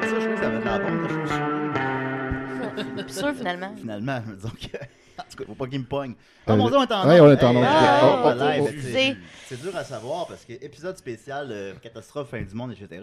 que ça va être la bombe, ta chaussure, Puis sûr, finalement. finalement. Donc, en tout cas, faut pas qu'il me pogne. Ah, mon Euh, Dieu, on est en ouais, on est en Hey, onde. hey, Oh, oh, live, oh, oh. tu sais, C'est dur à savoir parce que épisode spécial, euh, catastrophe, fin du monde, etc.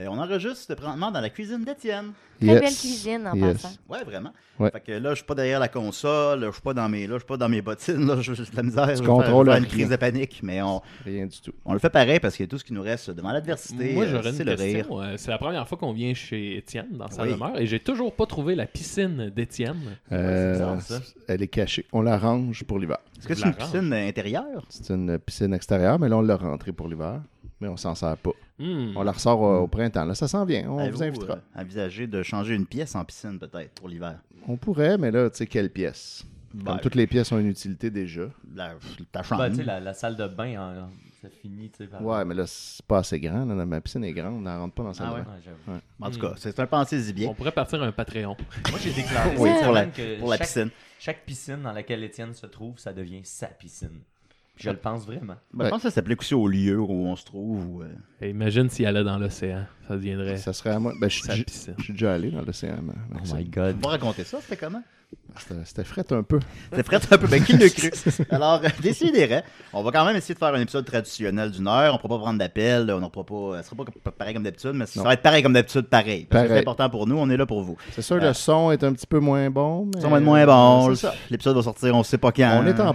Euh, on enregistre présentement dans la cuisine d'Étienne. Très belle cuisine, en passant. Ouais, vraiment. Ouais. Fait que là, je suis pas derrière la console, je suis pas dans mes, là, je suis pas dans mes bottines, là, je j'ai de la misère. je vais faire- contrôles je vais faire une rien. crise de panique, mais on, Rien du tout. on le fait pareil parce que tout ce qui nous reste devant l'adversité, Moi, euh, j'aurais c'est une le rire. question. Euh, C'est la première fois qu'on vient chez Étienne, dans sa Oui. demeure, et j'ai toujours pas trouvé la piscine d'Étienne. Euh, bizarre, ça. Elle est cachée. On la range pour l'hiver. Est-ce que Je c'est une l'arrange. piscine intérieure? C'est une piscine extérieure, mais là, on l'a rentrée pour l'hiver. Mais on s'en sert pas. Hmm. On la ressort euh, au printemps. Là, ça s'en vient. On Avez-vous, vous invitera. euh, envisagé de changer une pièce en piscine peut-être pour l'hiver? On pourrait, mais là, tu sais, quelle pièce Ben, Comme toutes les pièces ont une utilité déjà. la- ta chambre. Ben, tu sais, la, la salle de bain, hein, ça finit, tu sais. par- Ouais, mais là, c'est pas assez grand. là. Ma piscine est grande. On n'en rentre pas dans ça. Ah ouais. Ouais, j'avoue. En Hmm. tout cas, c'est un pensée bien. On pourrait partir un Patreon. Moi, j'ai déclaré Oui, cette pour la, semaine ben, que pour la chaque, piscine. chaque piscine dans laquelle Étienne se trouve, ça devient sa piscine. Je le pense vraiment. Ben, Je pense que ça s'applique aussi au lieu où on se trouve. ou, euh, Et imagine s'il allait dans l'océan. Ça deviendrait Ça serait à moi. Ben, je sa suis- piscine. je suis déjà allé dans l'océan. ma- ma piscine. On god. va raconter ça, c'était comment? C'était- C'était fret un peu. C'est frais un peu, ben qui le cru? Alors, décidérez. On va quand même essayer de faire un épisode traditionnel d'une heure. On ne pourra pas prendre d'appel. On ne pourra pas. Ce sera pas comme- pareil comme d'habitude, mais ça Non. va être pareil comme d'habitude, pareil. Parce que c'est Pareil. important pour nous, on est là pour vous. C'est sûr, Euh, le son est un petit peu moins bon. Mais... Ça va être moins bon. C'est ça. L'épisode va sortir, on sait pas quand. On est en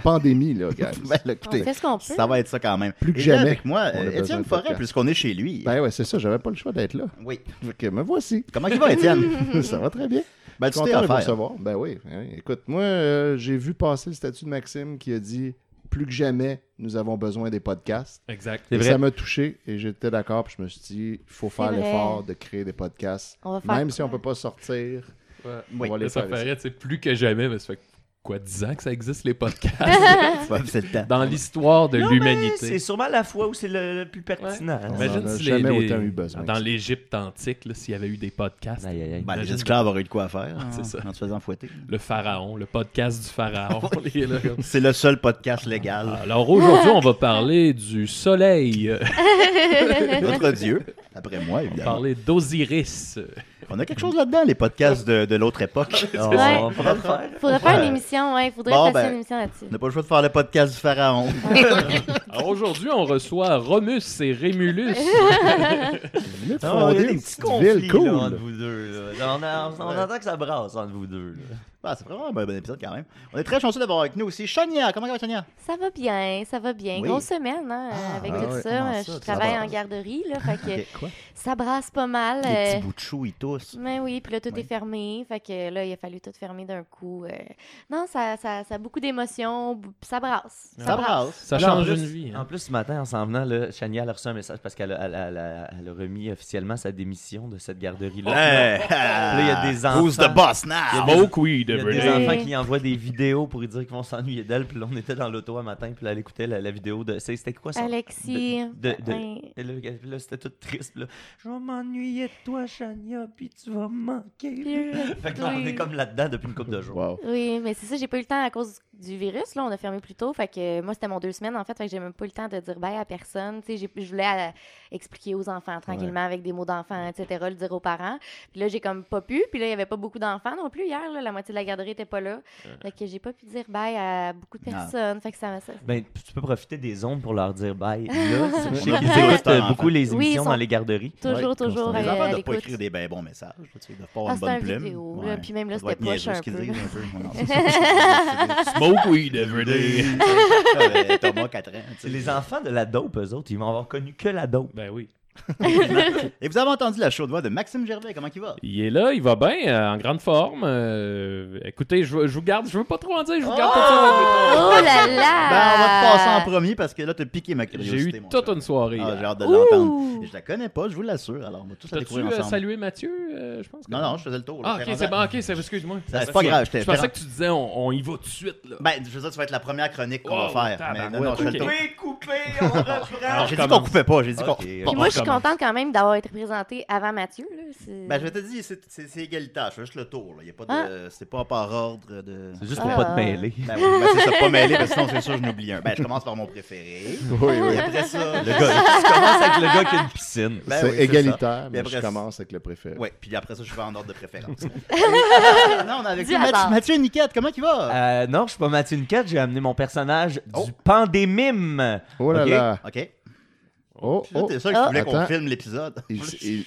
pandémie, là, guys. Ben, là, On écoutez, fait ce qu'on peut. ça va être ça quand même. Plus que Et là, jamais, Avec moi, on a euh, besoin Étienne de Forêt, podcast. puisqu'on est chez lui. Ben ouais, c'est ça, j'avais pas le choix d'être là. Oui. Fait que me voici. Comment il va, Étienne? Mhm. ça va très bien. Ben, tu t'es Content de vous affaire. recevoir. Ben oui. hein. Écoute, moi, euh, j'ai vu passer le statut de Maxime qui a dit plus que jamais, nous avons besoin des podcasts. Exact. C'est Et vrai. Ça m'a touché et j'étais d'accord. Puis je me suis dit, il faut faire C'est vrai. l'effort de créer des podcasts. On va faire Même si quoi? on peut pas sortir, Oui, on va les ça faire. ferait, tu sais, plus que jamais, mais ça fait quoi, 10 ans que ça existe, les podcasts? Ouais, C'est le temps. dans l'histoire de C'est l'humanité. sûrement la fois où c'est le, le plus pertinent. On Imagine en a si les, jamais les- autant eu besoin dans que ça. l'Égypte antique, là, s'il y avait eu des podcasts. Aïe, aïe, aïe. Ben, les esclaves auraient eu de quoi faire Ah, c'est en- ça. en se faisant fouetter. Le pharaon, le podcast du pharaon. les- là, comme- C'est le seul podcast légal. Alors aujourd'hui, on va parler du soleil, euh, Ah. Notre Dieu, après moi, évidemment. parler d'Osiris. On a quelque chose là-dedans, les podcasts de, de l'autre époque. On- ça. on- On pourra le faire. Faudrait faire une émission, ouais. Faudrait Bon, passer ben. une émission là-dessus. on n'a pas le choix de faire le podcast du pharaon. Alors aujourd'hui, on reçoit Romus et Rémulus. Mais de Ah, il y a fonder des une petits petite conflits, ville là, cool. entre vous deux. là. On, a- on- on Ouais. entend que ça brasse entre vous deux. là. Ah, c'est vraiment un bon épisode quand même. On est très chanceux d'avoir avec nous aussi Chania. Comment va Chania? Ça va bien, ça va bien. Oui. Grosse semaine, hein, Ah, avec ah tout ouais, comment ça. ça, Je tu travaille vas- en garderie, là. Fait que Ok, quoi? ça brasse pas mal. Les euh, petits bouts de chou, ils toussent. Mais oui, puis là, tout Oui. est fermé. Fait que là, il a fallu tout fermer d'un coup. euh. Non, ça, ça, ça a beaucoup d'émotions. bou- Ça brasse. Ça brasse. Ça Là, en change plus- une vie. hein. En plus, ce matin, en s'en venant, là, Chania elle a reçu un message parce qu'elle a, elle a- elle a- elle a remis officiellement sa démission de cette garderie-là. là, il y a des Who's enfants. the boss Il y a now? des- euh, Smoke weed, Il y a des everybody. enfants qui lui envoient des vidéos pour lui dire qu'ils vont s'ennuyer d'elle. Puis là, on était dans l'auto un matin, puis là, elle écoutait la, la vidéo de. c'est- C'était quoi ça? Alexis. De- de- de- ouais. Et là, le- là, c'était tout triste. Là. Je vais m'ennuyer de toi, Chania, puis tu vas me manquer. Fait que là, on Oui. est comme là-dedans depuis une couple de jours. Wow. Oui, mais c'est ça, j'ai pas eu le temps à cause du virus. Là, on a fermé plus tôt. Fait que euh, moi, c'était mon deux semaines, en fait. Fait que j'ai même pas eu le temps de dire bye à personne. Tu sais, j'ai- je voulais euh, expliquer aux enfants tranquillement avec des mots d'enfants, etc., le dire aux parents. Puis là, j'ai comme pas pu. Puis là, il y avait pas beaucoup d'enfants non plus hier. Là, la moitié de la garderie était pas là. Euh. Fait que j'ai pas pu dire bye à beaucoup de Non. personnes. Fait que ça m'a. ça- Ben, tu peux profiter des ondes pour leur dire bye. Là, c'est- je sais On a qu'ils beaucoup écoutent d'auditeurs, euh, en beaucoup les Oui, ils émissions sont- dans les garderies. Toujours, toujours. Les euh, enfants à ne doivent pas l'écoute. écrire des ben bons messages. tu sais, Ils doivent pas avoir Ah, une c'est bonne un plume. vidéo, là, puis même là, Ça doit c'était être poche niaiseux un ce qu'ils peu. disent un peu. Non, non, Smoke weed, everybody. c'est- Euh, Thomas, 4 ans. tu sais. C'est les enfants de la dope, eux autres. Ils vont avoir connu que la dope. Ben oui. Et vous avez entendu la chaude voix de Maxime Gervais. Comment il va? Il est là, il va bien, euh, en grande forme. Euh, écoutez, je, veux- je vous garde, je veux pas trop en dire, je vous garde tout ça. Oh là là! Ben, on va te passer en premier parce que là, t'as piqué ma Ah. J'ai curiosité. eu mon toute cher. une soirée. Ah, j'ai hâte de Ouh! l'entendre. Et Je la connais pas, je vous l'assure. Alors, on va tous la T'as-tu découvrir euh, ensemble. salué Mathieu, euh, je pense? que- Non, non, je faisais le tour. là, Ah, j'étais ok, c'est rendu bon, à- ok, c'est- excuse-moi. Ça, c'est Parce pas que- grave, j'étais- Je pensais que tu disais on, on y va tout de suite, là. Ben, je veux dire, ça va être la première chronique qu'on Oh, va faire. Mais tabarouette, non, non, je fais le ok. tour. Coupez, coupez, on reprend. Alors, J'ai dit recommence. qu'on coupait pas, j'ai dit qu'on. Ok. Bon, Puis on moi, je suis recommence. contente quand même d'avoir été présentée avant Mathieu. là. c'est- Ben, je te dis, c'est c'est- c'est égalitaire. Je fais juste le tour. là. Il y a pas de... Ah. C'est pas par ordre de. C'est juste pour pour Ah. pas te mêler. Ben oui, ben c'est ça, pas mêlé, parce que sinon, c'est sûr, je n'oublie un. Ben, je commence par mon préféré. Oui, oui. Et après ça, Le gars, Ben, tu commences avec le gars qui a une piscine. Ben oui, c'est c'est égalitaire, mais après, je commence avec le préféré. Oui, puis après ça, je vais en ordre de préférence. Et- non, on est avec Du nous, Mathieu, hasard. Mathieu Niquette, comment il va? Euh, non, je suis pas Mathieu Niquette, j'ai amené mon personnage Oh. du pandémime. Oh là Ok. là. OK. Oh, Puis là, oh. T'es sûr que tu Ah. voulais qu'on Attends. filme l'épisode? Il, il-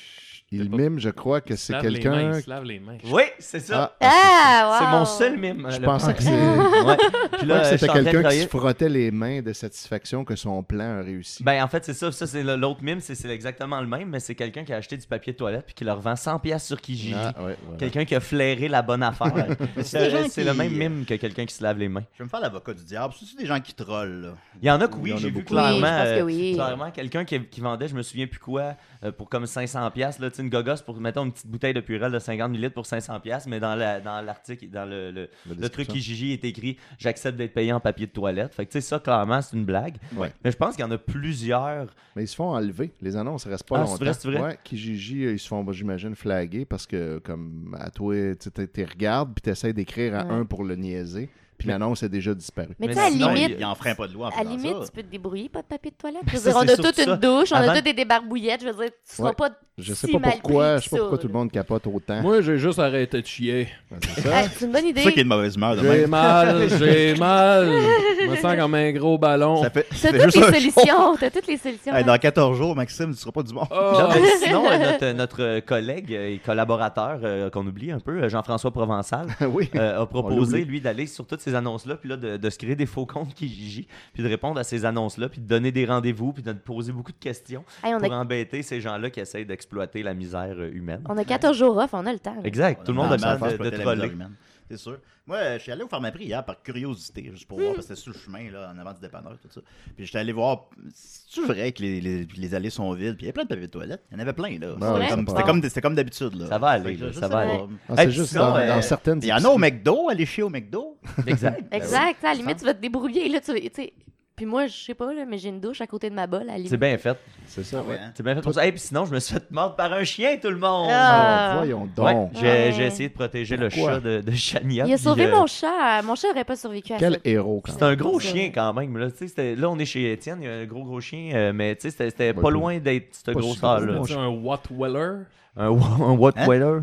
il T'es pas- mime, je crois que c'est Lave les quelqu'un. mains, se Lave les mains. Oui, c'est ça. Ah, Ah, C'est wow. mon seul mime. je le pensais que c'est- pandémime. Ouais. je Puis là, crois que je suis en c'était train de quelqu'un qui travailler- se frottait les mains de satisfaction que son plan a réussi. Ben en fait c'est ça, ça c'est le- l'autre mime, c'est c'est exactement le même, mais c'est quelqu'un qui a acheté du papier de toilette puis qui le revend 100 pièces sur Kijiji. Ah, ouais, voilà. Quelqu'un qui a flairé la bonne affaire. des gens c'est c'est le qui- même mime que quelqu'un qui se lave les mains. Je vais me faire l'avocat du diable. C'est des gens qui trollent, là. Il y en a que Il y oui, en a j'ai vu beaucoup. Oui, je clairement. pense que euh, oui. Clairement, quelqu'un qui, qui vendait, je me souviens plus quoi, euh, pour comme 500 pièces là, tu sais, une gogosse pour mettons une petite bouteille de Purel de 50 ml pour 500 pièces, mais dans la- dans l'article dans le, le, La le truc description. qui Gigi est écrit j'accepte d'être payé en papier de toilette. Fait que tu sais ça clairement, c'est une blague. Ouais. Mais je pense qu'il y en a plusieurs. Mais ils se font enlever. Les annonces restent pas Ah, c'est longtemps. vrai, c'est vrai? Ouais, Kijiji, euh, ils se font, j'imagine, flaguer parce que, comme à toi, tu sais, t'y regardes puis t'essayes d'écrire à Ouais. un pour le niaiser. Puis l'annonce est déjà disparue. Mais Mais tu sais, à sinon, Non, limite, il, il en ferait pas de loi en À faisant limite, ça. tu peux te débrouiller, pas de papier de toilette. Je veux Ça, dire, on c'est a surtout toute une ça. douche, on Avant- a toutes des débarbouillettes. Je veux dire, tu seras Ouais. pas. Je sais si pas mal pourquoi, pris je sais pas que pourquoi ça, tout le là. monde capote autant. Moi, j'ai juste arrêté de chier. C'est ça. Ah, c'est une bonne C'est ça qui est idée. de mauvaise humeur, de J'ai même. mal, j'ai mal. Je me sens comme un gros ballon. Ça fait, ça T'as fait toutes juste les un jour. solutions. T'as toutes les solutions. Hey, dans 14 jours, Maxime, tu seras pas du bon. Non, Oh, mais sinon, euh, notre, notre collègue et collaborateur euh, qu'on oublie un peu, euh, Jean-François Provençal, oui. euh, a proposé, l'oublie. lui, d'aller sur toutes ces annonces-là, puis là, de, de se créer des faux comptes qui gigent, puis de répondre à ces annonces-là, puis de donner des rendez-vous, puis de poser beaucoup de questions Hey, on, pour a, embêter ces gens-là qui essayent d'exploiter la misère euh, humaine. on a 14 jours off, on a le temps. là. Exact, tout le On monde a mal besoin fait de, de exploiter la misère troller. humaine. C'est sûr. Moi, euh, je suis allé au pharmaprix hier par curiosité, juste pour voir, parce que c'était sur le chemin, là, en avant du dépanneur, tout ça. Puis j'étais allé voir, c'est-tu vrai que les, les, les allées sont vides? Puis il y a plein de papiers de toilette. Il y en avait plein, là. Ah ouais, C'était comme- ça c'était part. comme, des- c'était comme d'habitude, là. Ça va aller, Fait que là, je ça sais va pas. aller. Ah, c'est Hey, juste sinon, dans, euh, dans certaines Il y en a au McDo, aller chier au McDo. Exact. Exact. t'sais, À la limite, tu vas te débrouiller. Là, tu vas- tu sais. Puis moi, je sais pas, là, mais j'ai une douche à côté de ma bolle. À la C'est limite. bien fait. C'est ça, ouais. Ouais, hein. C'est bien fait pour ça. Et puis sinon, je me suis fait mordre par un chien, tout le monde. Ah. Oh, voyons Ouais, donc. j'ai Ouais. j'ai essayé de protéger Pourquoi? le chat de, de Chania. Il a puis, sauvé euh, mon chat. Mon chat aurait pas survécu à ça. Quel héros, quand C'est un gros C'est chien vrai. quand même. Là, Tu sais, c'était- là on est chez Étienne, il y a un gros gros chien, euh, mais tu sais, c'était- c'était Ouais, pas puis- loin d'être cette pas si grosseur-là. gros. c'est un Wattweller. Un, wa- un Watt Hein? Weller.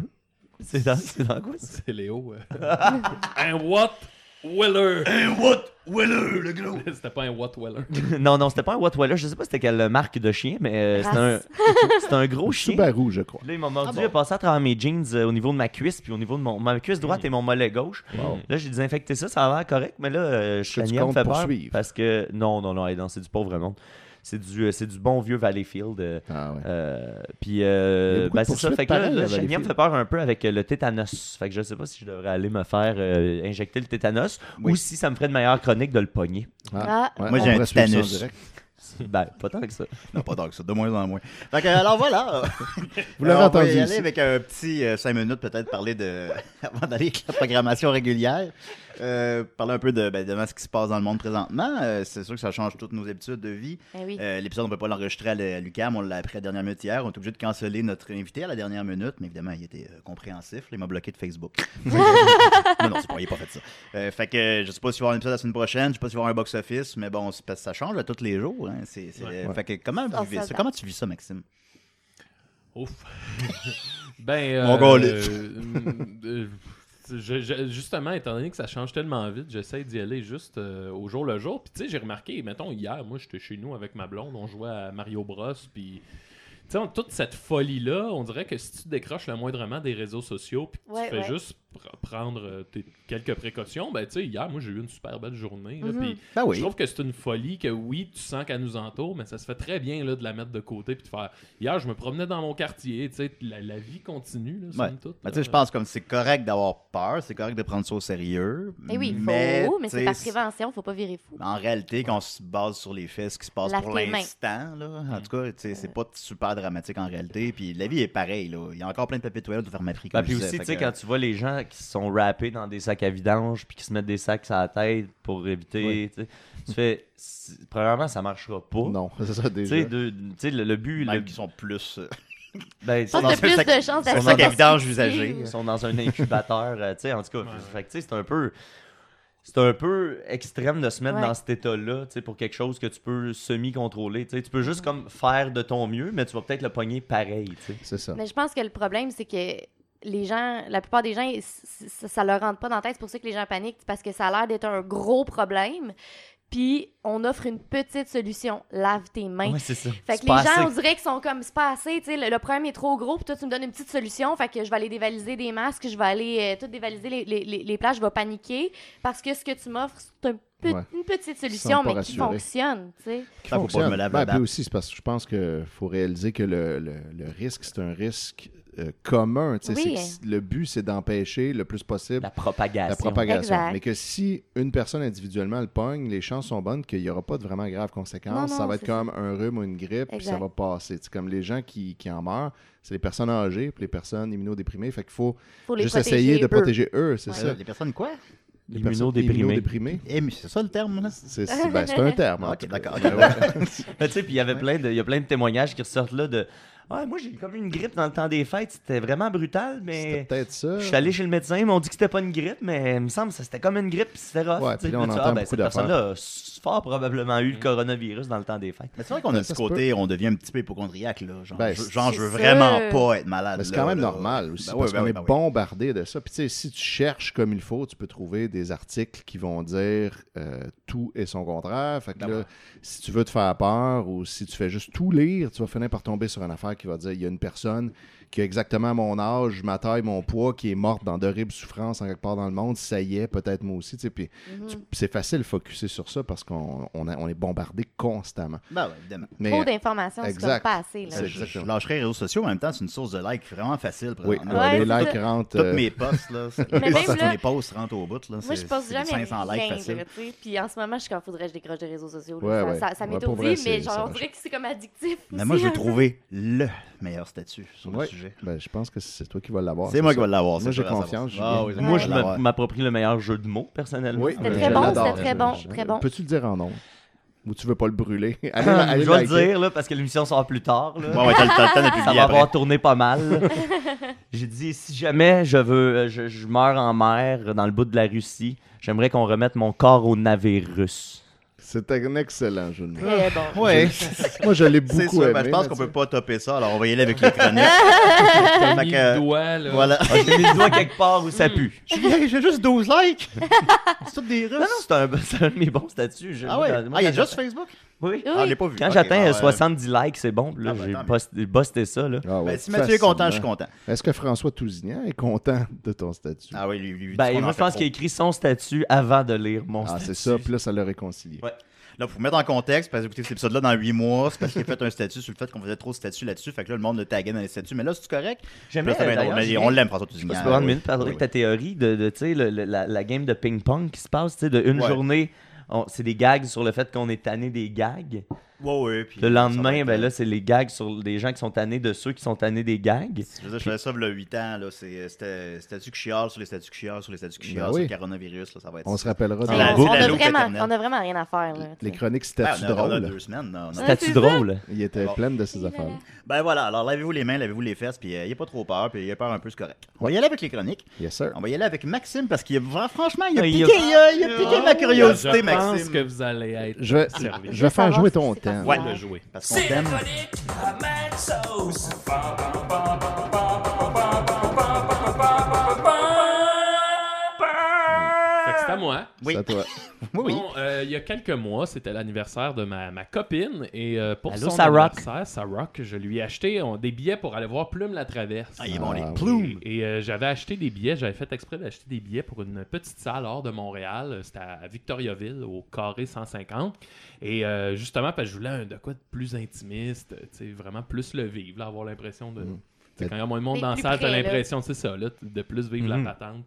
C'est dans, c'est dans quoi ça? C'est Léo. euh. un Wattweller. Un what? Weller, le gros. C'était pas un Wattweller. Non, non, c'était pas un Watt Weller, je sais pas c'était quelle marque de chien, mais euh, c'était un, Race. c'était un gros même. chien. Subaru, je crois. Là, il m'a mordu, Ah bon? il a passé à travers mes jeans euh, au niveau de ma cuisse, puis au niveau de mon, ma cuisse Hmm. droite et mon mollet gauche. Là, j'ai désinfecté ça, ça a l'air correct, mais là, euh, Chania me comptes fait peur. poursuivre? Parce que, non, non, non, hey, non, c'est du pauvre monde. C'est du, euh, c'est du bon vieux Valleyfield. euh, Ah, ouais. Euh, puis Il y a euh, beaucoup ben, de c'est ça poursuites fait que là, pareilles là avec les Chania me filles. fait peur un peu avec euh, le tétanos fait que je sais pas si je devrais aller me faire euh, injecter le tétanos Oui. ou si ça me ferait une meilleure chronique de le pogner Ah, Ouais, Moi, on j'ai un pourrait suivre ça en tétanus. direct. ben pas tant que ça Non, pas tant que ça, de moins en moins. Fait que, alors voilà. Vous l'avez Alors, On entendu va y aller ici. avec un petit 5 minutes, peut-être parler de. avant d'aller avec la programmation régulière. euh, parler un peu de, ben, de ce qui se passe dans le monde présentement. Euh, c'est sûr que ça change toutes nos habitudes de vie. ben oui. Euh, L'épisode, on ne peut pas l'enregistrer à l- à l'UCAM, on l'a appris à la dernière minute hier. On est obligé de canceller notre invité à la dernière minute, mais évidemment, il était euh, compréhensif. là, il m'a bloqué de Facebook. non, non, c'est pas, il n'a pas fait ça. Euh, fait que euh, je sais pas si il va y avoir un épisode la semaine prochaine, je sais pas si il va y avoir un box-office, mais bon, c'est parce que ça change à tous les jours. hein. C'est- c'est- Ouais. euh, Fait que comment, On vous vivez ça? s'adapte. comment tu vis ça, Maxime? Ouf. ben. euh, Mon gars, là. euh, je- je- justement, étant donné que ça change tellement vite, j'essaie d'y aller juste euh, au jour le jour. Puis tu sais, j'ai remarqué, mettons, hier, moi, j'étais chez nous avec ma blonde, on jouait à Mario Bros. Puis. Tu sais, on- toute cette folie-là, on dirait que si tu décroches le moindrement des réseaux sociaux puis que Ouais, tu fais ouais. juste pr- prendre euh, tes- quelques précautions, ben tu sais, hier, moi, j'ai eu une super belle journée. là, Mhm. puis Ben je trouve que c'est une folie que oui, tu sens qu'elle nous entoure, mais ça se fait très bien là, de la mettre de côté puis de faire. Hier, je me promenais dans mon quartier, tu sais, la, la vie continue, là, somme Ouais. toute, Ben, tu sais, là. je pense comme c'est correct d'avoir peur, c'est correct de prendre ça au sérieux. Eh oui, faut, mais, mais, tu c'est sais, par prévention, faut pas virer fou. En réalité, quand on se base sur les faits, ce qui se passe Lave pour tes mains. l'instant, là, en tout cas, tu sais, c'est pas super dramatique en réalité. Puis la vie est pareille, là. Il y a encore plein de papiers de toilette de faire ma frie, Bah, ben, comme puis je disais. aussi Fait tu sais que- quand tu vois les gens qui se sont rappés dans des sacs à vidange puis qui se mettent des sacs sur la tête pour éviter Oui. tu sais, tu fais c'est- premièrement ça marchera pas Non, c'est ça Oh. tu déjà. sais de- tu sais, le, le but Même le- qui sont plus. euh, Ben, ils Je pense sont dans, que dans t'as un plus sac- de chance un d'acheter sac à ton vidange sushi. usagé. ils sont dans un incubateur, euh, tu sais, en tout cas. Ouais. Fait que, tu sais, c'est un peu. C'est un peu extrême de se mettre Ouais. dans cet état-là, tu sais, pour quelque chose que tu peux semi-contrôler. Tu sais, tu peux juste comme faire de ton mieux, mais tu vas peut-être le pogner pareil, tu sais. C'est ça. Mais je pense que le problème, c'est que les gens, la plupart des gens, ils- ça, ça leur rentre pas dans la tête. C'est pour ça que les gens paniquent, parce que ça a l'air d'être un gros problème. Puis on offre une petite solution. Lave tes mains. Ouais, c'est ça. Fait C'est que les pas gens, on assez. dirait qu'ils sont comme, c'est pas assez, tu sais, le, le problème est trop gros, puis toi, tu me donnes une petite solution, fait que je vais aller dévaliser des masques, je vais aller euh, tout dévaliser les, les, les, les plages, je vais paniquer, parce que ce que tu m'offres, c'est un pe- Ouais. une petite sont solution, pas mais qui rassurés. fonctionne, tu sais. Tant Ah, faut pas que je me lave la Ben, puis barbe. aussi, c'est parce que je pense qu'il faut réaliser que le, le- le risque, c'est un risque euh, commun. tu sais, Oui. c'est que Le but, c'est d'empêcher le plus possible La propagation. la propagation. Exact. Mais que si une personne individuellement le pogne, les chances sont bonnes qu'il n'y aura pas de vraiment graves conséquences. Non, non, ça va être c'est comme un rhume ou une grippe, puis ça Exact. va passer. C'est comme les gens qui, qui en meurent, c'est les personnes âgées, puis les personnes immunodéprimées. Fait qu'il faut Faut les juste protéger, essayer de eux. protéger eux, c'est Euh, ça. Les personnes quoi? Les personnes Immunodéprimées. immunodéprimées. Eh, mais c'est ça le terme, là? C'est c'est- ben, c'est un terme. en Ok, tout cas. d'accord. Ben ouais. Mais tu sais, puis il y avait plein de, il y a plein de témoignages qui ressortent là de Ouais, moi j'ai comme eu une grippe dans le temps des fêtes, c'était vraiment brutal, C'était mais peut-être ça. je suis allé chez le médecin, ils m'ont dit que c'était pas une grippe, mais il me semble que ça- c'était comme une grippe, puis c'était rough. Ouais, Tu sais, puis là, on tu fais, entend ben, beaucoup cette d'affaires. personne-là a s- fort probablement eu le coronavirus dans le temps des fêtes. Mais c'est vrai qu'on a Ben, un ça petit se côté, on devient un petit peu hypochondriaque, là. Genre, Ben, je, c'est- genre, je veux c'est vraiment sûr. pas être malade. Mais c'est là, quand même là. normal aussi, Ben oui, parce ben qu'on oui, est ben oui. bombardé de ça. Puis tu sais, si tu cherches comme il faut, tu peux trouver des articles qui vont dire euh, tout et son contraire. Fait que Ben là, ouais. si tu veux te faire peur ou si tu fais juste tout lire, tu vas finir par tomber sur une affaire qui va dire il y a une personne qui a exactement mon âge, ma taille, mon poids, qui est morte dans d'horribles souffrances en quelque part dans le monde. Ça y est, peut-être moi aussi. tu sais. Puis Mhm. tu- c'est facile de focuser sur ça parce qu'on on a- on est bombardé constamment. Ben oui, évidemment. Mais euh, Trop d'informations, c'est Exact. comme pas assez, là. Ben, C'est Je- exactement. Je lâcherai les réseaux sociaux, en même temps, c'est une source de likes vraiment facile. oui, présentement. Ouais, les c'est ça. likes rentrent. Toutes euh, mes posts, là, c'est- Mais les même posts sur là, mes posts rentrent au bout, là. Moi, C'est- je poste c'est des jamais à 500 likes rien, facile. là, tu sais. Puis en ce moment, je suis comme, faudrait que je décroche des réseaux sociaux. là. Ouais, ça ouais. ça, ça Ouais, m'étourdit, pour vrai, c'est- mais ça genre, on marche. dirait que c'est comme addictif. Mais moi, aussi, je veux un peu. trouver le meilleur statut sur Ouais. le sujet. Ben, je pense que c'est toi qui vas l'avoir. C'est moi ça. qui vais l'avoir. Moi, c'est j'ai sûr à savoir. confiance, Julien. Ah oui, c'est Moi, sûr je à savoir. me- m'approprie le meilleur jeu de mots, personnellement. Euh, Oui, C'était mais très je bon, l'adore, c'était très je- bon, je- très bon. Peux-tu le dire en nom Ou tu veux pas le brûler Allez, allez je vais le liker. dire, là, parce que l'émission sort plus tard. Là. Ouais, ouais, t'as le t'as le temps de Ça publier va après. avoir tourné pas mal. J'ai dit, si jamais je veux, euh, je, je meurs en mer, dans le bout de la Russie, j'aimerais qu'on remette mon corps au navire russe. C'est un excellent jeu de mots. Très Eh bon. Ouais. Moi, je C'est l'ai beaucoup sûr, aimé. ben, je pense qu'on Mathieu. peut pas topper ça, alors on va y aller avec les chroniques. Fait mis que- le doigt, là. voilà. Ah, J'ai mis le doigt quelque part où ça pue. J'ai juste 12 likes. C'est tout des Non, non, c'est un, c'est un de mes bons statuts. Je- Ah ouais. moi, Ah, il y a quand juste Facebook? Oui. Ah, je l'ai pas vu. Quand Ok, j'atteins bon, euh, ouais. 70 likes, c'est bon. Là, Ah, ben, j'ai tant mieux. posté- busté ça. Là. Ah ouais, Ben, si Mathieu est content, je suis facilement. content. Est-ce que François Tousignan est content de ton statut Ah oui, lui, lui, Ben, tu vois, on moi, en je fait pense trop. qu'il a écrit son statut avant de lire mon Ah, statut. c'est ça, puis là, ça l'a réconcilié. Ouais. Là, pour vous mettre en contexte, parce que écoutez, cet épisode-là dans 8 mois, c'est parce qu'il a fait un statut sur le fait qu'on faisait trop de statuts là-dessus. Fait que là, le monde le taguait dans les statuts. Mais là, c'est correct. J'aimais, Là, c'est bien drôle. d'ailleurs, Mais j'ai- on l'aime, François Je Tousignan. pense que Ah, une oui. minute parler de ta théorie de, de, tu sais, le- le- la, la game de ping-pong qui se passe, tu sais, de une Ouais. journée. on- C'est des gags sur le fait qu'on est tanné des gags. Ouais, ouais, puis Le ça va lendemain, être, ben euh, là, c'est les gags sur des gens qui sont tannés de ceux qui sont tannés des gags. Je veux dire, je faisais ça il y a 8 ans. là, c'est- C'était statut que chiale sur les statuts que chiale sur les statuts que Ben chiale oui. sur le coronavirus. Là, ça va être On se rappellera Mais C'est la- on, c'est on la a loupe vraiment, éternelle. on a vraiment rien à faire. Là, tu les sais. chroniques Ben, statut on a- on a drôle. deux semaines. là, on a- Ouais, Statut c'est drôle. Il était Bon. plein de ces affaires. Ben voilà, alors lavez-vous les mains, lavez-vous les fesses, puis euh, il a pas trop peur, puis il a peur un peu, c'est correct. On va y aller avec les chroniques. Yes, sir. On va y aller avec Maxime, parce qu'il a vra- franchement, il a Il piqué, a- il a, il a piqué ma curiosité, je pense Maxime. que vous allez être Je vais, Ah, servi. je vais faire savoir jouer si ton c'est temps. Ouais. de jouer. Parce qu'on t'aime. Fait que c'est à moi. Oui. C'est à toi. Oui, oui. Bon, euh, il y a quelques mois, c'était l'anniversaire de ma, ma copine et euh, pour Allô, son Sarah? anniversaire, Sarah, que je lui ai acheté on- des billets pour aller voir Plume la Traverse. Ah, il est bon, les Ah, plumes. Et, et, euh, j'avais acheté des billets, j'avais fait exprès d'acheter des billets pour une petite salle hors de Montréal. euh, C'était à Victoriaville, au carré 150. Et euh, justement, parce que je voulais un de quoi de plus intimiste, euh, tu sais, vraiment plus le vivre, là, avoir l'impression de. tu sais, Quand il y a moins de monde Mais dans la plus salle, t'as près, là. l'impression, c'est ça, là, de plus vivre Mhm. la patente.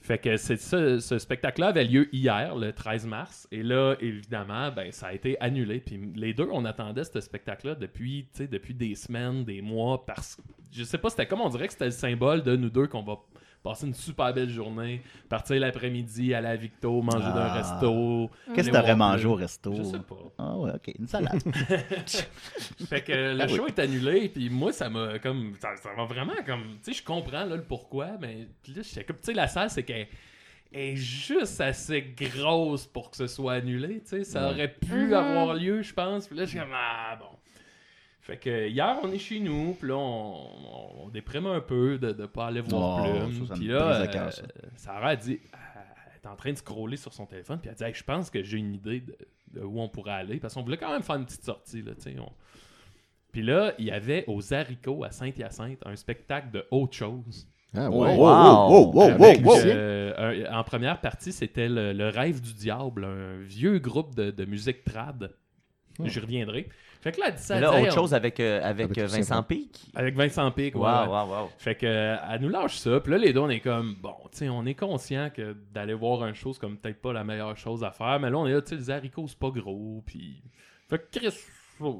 Fait que c'est ça, ce spectacle-là avait lieu hier, le 13 mars. Et là, évidemment, ben, ça a été annulé. Puis les deux, on attendait ce spectacle-là depuis, tu sais, depuis des semaines, des mois. Parce que, je sais pas, c'était comme on dirait que c'était le symbole de nous deux qu'on va passer une super belle journée, partir l'après-midi, aller à Victo, manger d'un Ah. resto. Qu'est-ce que aller t'aurais voir mangé le- au resto? Je sais pas. Ah ouais, ok, une salade. Fait que euh, Ah le oui. show est annulé, puis moi, ça m'a comme. Ça ça m'a vraiment comme. Tu sais, je comprends là, le pourquoi, mais puis là, j'étais comme. Tu sais, la salle, c'est qu'elle est juste assez grosse pour que ce soit annulé, tu sais. Ça Ouais. aurait pu Mhm. avoir lieu, je pense. Puis là, je suis comme, ah bon. Fait que hier, on est chez nous, puis là, on, on, on déprime un peu de ne pas aller voir Oh, Plume. ça, ça me Puis là, brise le cœur, ça. euh, Sarah a dit, elle est en train de scroller sur son téléphone, puis elle dit, Hey, je pense que j'ai une idée de, de où on pourrait aller, parce qu'on voulait quand même faire une petite sortie, là, tu sais. on- Puis là, il y avait aux haricots à Saint-Hyacinthe un spectacle de autre chose. Ah, Ouais. wow, wow, Wow. wow, wow, Avec, wow. euh, un- en première partie, c'était le, Le Rêve du Diable, un vieux groupe de, de musique trad. Hmm. J'y reviendrai. Fait que là, elle dit ça. Mais là, elle dit, autre Hey, chose avec, euh, avec, Avec euh, tout Vincent simplement. Pic. on- Avec Vincent Pic, ouais, ouais. Waouh, waouh, waouh. Fait que euh, elle nous lâche ça, puis là les deux on est comme bon, tu sais, on est conscient que d'aller voir un show c'est comme peut-être pas la meilleure chose à faire, mais là on est là, tu sais, les haricots c'est pas gros, puis fait que Chris, f-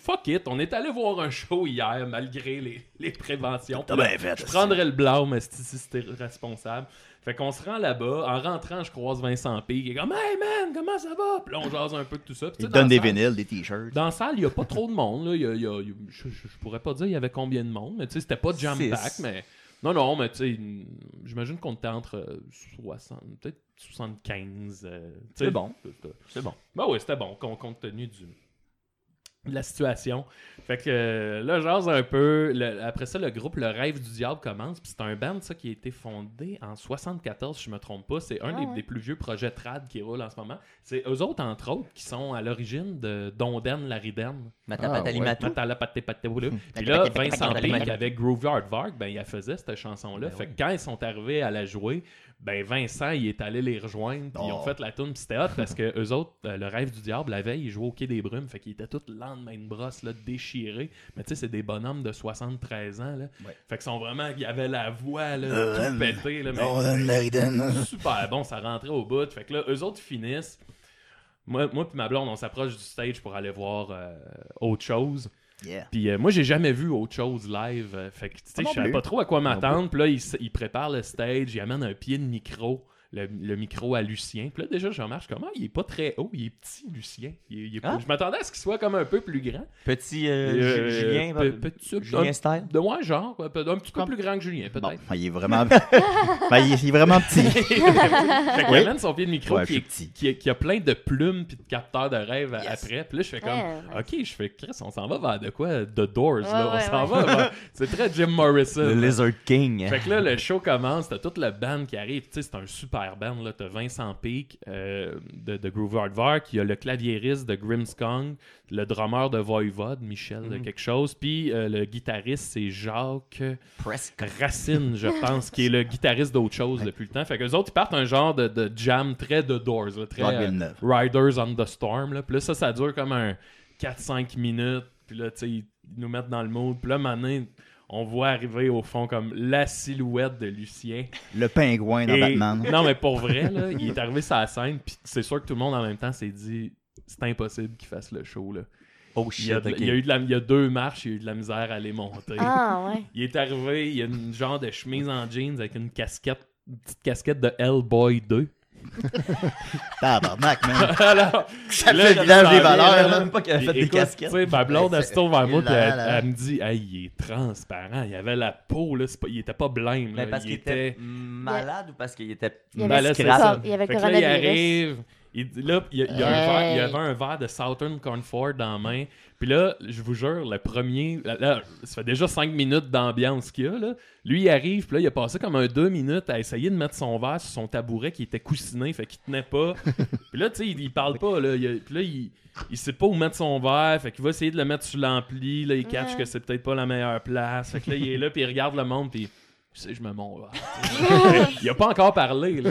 fuck it, on est allé voir un show hier malgré les, les préventions. T'as Puis là, bien fait. je prendrais le blâme si si c'était responsable. Fait qu'on se rend là-bas, en rentrant je croise Vincent P qui est comme hey man comment ça va, puis là on jase un peu de tout ça. Puis Il tu sais, te dans donne des la salle- vinyles, des t-shirts. dans la salle, il n'y a pas trop de monde. Là. Il y a- il y a- il y a- je, je- je pourrais pas dire il y avait combien de monde, mais tu sais, c'était pas jam Six. pack, mais. Non, non, mais tu sais, une- j'imagine qu'on était entre euh, 60, peut-être 75. euh, tu sais. C'est bon. C'était- C'est bon. Ben oui, c'était bon, com- compte tenu du, de la situation. Fait que euh, là, j'ose un peu. Le- après ça, le groupe Le Rêve du Diable commence. Puis c'est un band, ça, qui a été fondé en 74, si je me trompe pas. C'est un Ah des, ouais. des plus vieux projets trad qui roule en ce moment. C'est eux autres, entre autres, qui sont à l'origine de Donden Laridaine. Matapata Ah, ouais. Limatou. Matala paté paté boulou. Hmm. Puis là, Vincent Pic, avec Groovy Varg, ben, il la faisait cette chanson-là. Ben fait oui. que quand ils sont arrivés à la jouer, ben Vincent, il est allé les rejoindre, puis ils ont Oh. fait la tune, puis c'était hot parce que eux autres, euh, le rêve du diable, la veille, ils jouaient au Quai des Brumes, fait qu'ils étaient tous lendemain de brosse, là, déchirés. Mais tu sais, c'est des bonhommes de 73 ans, là. Ouais. Fait qu'ils sont vraiment, ils avaient la voix, là, Euh, tout euh, pétée, là. mais- Northern Maiden. super bon, ça rentrait au bout. Fait que là, eux autres finissent. Moi, moi puis ma blonde, on s'approche du stage pour aller voir euh, autre chose. Yeah. Puis euh, moi, j'ai jamais vu autre chose live. euh, fait que, tu sais, Moi je Ah non plus. savais pas trop à quoi m'attendre. Puis là, ils s- ils préparent le stage, ils amènent un pied de micro, le, le micro à Lucien. Puis là, déjà, je marche comment il est pas très haut, il est petit, Lucien. Il est- il est pas- Ah. Je m'attendais à ce qu'il soit comme un peu plus grand. Petit Et, euh, euh, Ju- Julien. pe- bah, petit, Julien un- Style. de moins genre, ouais, peut- un petit peu Comme- plus grand que Julien, peut-être. Bon, il est vraiment. Ben, il est- il est vraiment petit. Fait qu'il Oui. amène son pied de micro Ouais, qui, je est- suis petit. qui est- qui a plein de plumes puis de capteurs de rêve à- Yes. après. Puis là, je fais comme, Ouais, ok, je fais Chris, on s'en va vers de quoi The Doors, là, Ouais, on ouais, s'en ouais. va. vers- C'est très Jim Morrison. Le Lizard King. Fait que là, le show commence, t'as toute la band qui arrive. Tu sais, c'est un super band, là. T'as Vincent Peake euh, de, de Groove Hardvark, il y a le claviériste de Grimmskong, le drummer de Voivod, Michel Mhm. quelque chose, puis euh, le guitariste, c'est Jacques... Presque. Racine, je pense, qui est le guitariste d'autre chose depuis le temps. Fait que les autres, ils partent un genre de, de jam très de Doors, là, très Rock euh, Villeneuve. Riders on the Storm. Là. Puis là, ça, ça dure comme un 4-5 minutes. Puis là, tu sais, ils nous mettent dans le mood. Puis là, maintenant, on voit arriver au fond comme la silhouette de Lucien. Le pingouin dans Et- Batman. Non, mais pour vrai, là, il est arrivé sur la scène. Puis c'est sûr que tout le monde en même temps s'est dit c'est impossible qu'il fasse le show. Là. Oh Il, shit. y a de- ok. il y a eu de la- il y a deux marches, il y a eu de la misère à les monter. Ah, ouais. Il est arrivé, il a une genre de chemise en jeans avec une casquette, une petite casquette de Hellboy 2. Tabarnak, man. Alors, Ça là, fait le village des j'en viens, valeurs, là. là. même pas qu'il avait fait des écoute, casquettes. tu sais, ma blonde, elle se tourne vers moi, Là, puis elle, là. elle me dit, hey, il est transparent, il avait la peau, là, c'est pas- il était pas blême, là, Mais Ben, parce euh, il qu'il était malade ou parce qu'il était Il y avait, malade, Ben Malade, c'est scrap. ça. il y avait Fait le que là, il coronavirus. arrive, il dit- là, il y, a- il y a un verre- il y Hey. avait un verre de Southern Cornford dans la main, puis là, je vous jure, le premier, là, là, ça fait déjà 5 minutes d'ambiance qu'il y a, là, Lui, il arrive, puis là, il a passé comme un deux minutes à essayer de mettre son verre sur son tabouret qui était coussiné, fait qu'il tenait pas. puis là, tu sais, il, il parle pas, là. Il, a- puis là, il, il sait pas où mettre son verre, fait qu'il va essayer de le mettre sur l'ampli, là, il catch Ouais. que c'est peut-être pas la meilleure place. Fait que là, il est là, puis il regarde le monde, puis je sais, je me monte. verre. il a pas encore parlé, là.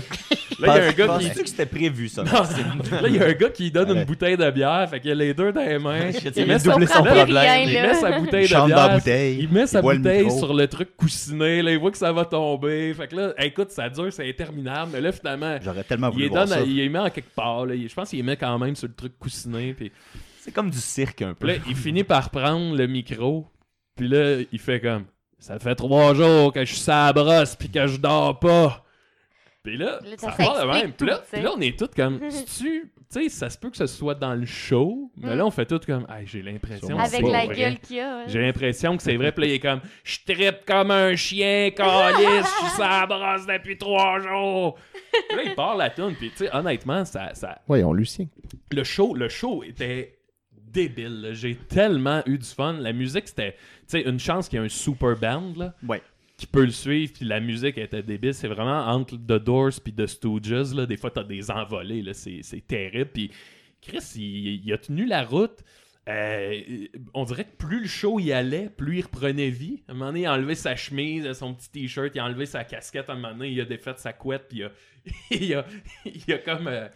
Là, il y a un gars qui. Penses-tu que c'était prévu, ça? Non, c'est- là, il y a un gars qui donne une Ouais. bouteille de bière, fait qu'il a les deux dans les mains. Shit, Il il met a son- doublé son Là, il problème. rien, il là. met sa bouteille de Chante dans la bière. bouteille. Il met sa boit le bouteille micro. sur le truc coussiné, là, il voit que ça va tomber. Fait que là, écoute, ça dure, c'est interminable, mais là, finalement, J'aurais tellement il voulu les, voir donne à- ça. il les met en quelque part. là. Il- Je pense qu'il les met quand même sur le truc coussiné. Puis C'est comme du cirque un puis là, peu. il finit par prendre le micro, puis là, il fait comme Ça fait trois jours que je suis à la brosse puis que je dors pas. Puis là, Là, ça ça part de s'explique même. Puis là, tout, tu sais. puis là, on est tous comme, tu sais, ça se peut que ce soit dans le show, mais Mm. là, on fait tout comme, Hey, j'ai l'impression que Avec c'est la vrai. gueule qu'il y a. hein. J'ai l'impression que c'est vrai. Puis là, il est comme, je trippe comme un chien, calice, je suis à la brosse depuis trois jours. Puis là, il part la toune. Puis, tu sais, honnêtement, ça, ça, Voyons, Lucien. le show, le show était débile. là. J'ai tellement eu du fun. La musique, c'était, tu sais, une chance qu'il y a un super band là, Ouais. qui peut le suivre. Puis la musique était débile. C'est vraiment entre The Doors puis The Stooges. Là, des fois, t'as des envolées. Là, c'est, c'est terrible. Puis Chris, il, il a tenu la route. Euh, on dirait que plus le show y allait, plus il reprenait vie. À un moment donné, il a enlevé sa chemise, son petit t-shirt, il a enlevé sa casquette. À un moment donné, il a défait sa couette, puis il a, il a, il a comme euh,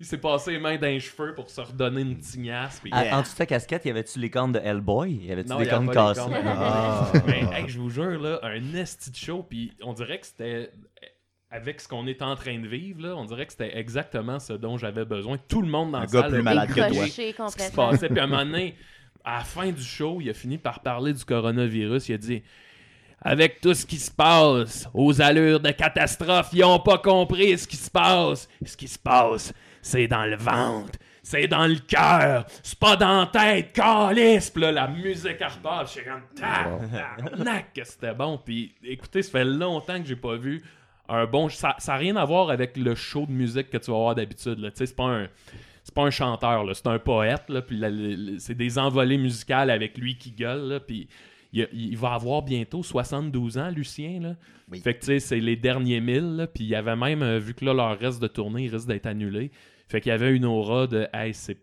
il s'est passé les mains dans les cheveux pour se redonner une tignasse. Puis... À- En dessous de ta casquette, y avait-tu les cornes de Hellboy Y avait-tu Non, des il y cornes avait pas les cassées cornes. Ah. Mais hey, je vous jure, là, un esti de show, puis on dirait que c'était. Avec ce qu'on est en train de vivre, là, on dirait que c'était exactement ce dont j'avais besoin. Tout le monde dans Un la gars salle plus a malade que toi. décroché Décroché ce qui se complètement. passait. Puis à un moment donné, à la fin du show, il a fini par parler du coronavirus. Il a dit Avec tout ce qui se passe, aux allures de catastrophe, ils n'ont pas compris ce qui se passe. Ce qui se passe, c'est dans le ventre. C'est dans le cœur, c'est pas dans la tête, calice! Puis là, la musique à repart, je suis comme tabarnak que c'était bon. Puis écoutez, ça fait longtemps que j'ai pas vu un bon. Ça n'a rien à voir avec le show de musique que tu vas avoir d'habitude. là. Tu sais, c'est pas un c'est pas un chanteur, là, c'est un poète, là, puis la- la- la- c'est des envolées musicales avec lui qui gueule, là, puis il, a- il va avoir bientôt 72 ans, Lucien, là. Oui. Fait que, tu sais, c'est les derniers mille, là, puis il y avait même, euh, vu que là, leur reste de tournée, il risque d'être annulé, fait qu'il y avait une aura de, hey, c'est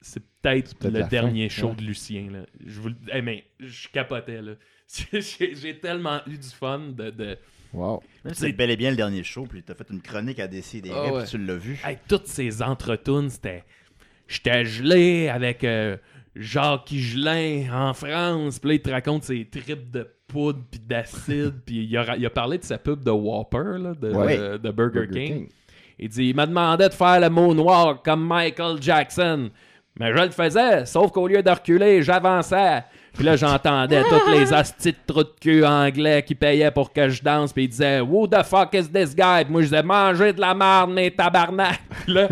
c'est peut-être peut-être le la fin, dernier show ouais. de Lucien, là. Je vous le- hey, mais je capotais, là. J'ai j'ai tellement eu du fun de... de- Wow. Même si C'est bel et bien le dernier show, puis t'as fait une chronique à DC des Ah ouais. puis tu l'as vu. Hey, toutes ces entretunes, c'était. J'étais gelé avec euh, Jacques Gelin en France. Puis là, il te raconte ses tripes de poudre puis d'acide. puis il a, ra- il a parlé de sa pub de Whopper, là, de, Ouais. de- de Burger, King. Il dit Il m'a demandé de faire le mot noir comme Michael Jackson. Mais je le faisais, sauf qu'au lieu de reculer, j'avançais. Puis là, j'entendais toutes les hosties de trous de cul anglais qui payaient pour que je danse. Puis ils disaient Who the fuck is this guy? Puis moi, je disais Mangez de la merde, mes tabarnak. Puis là,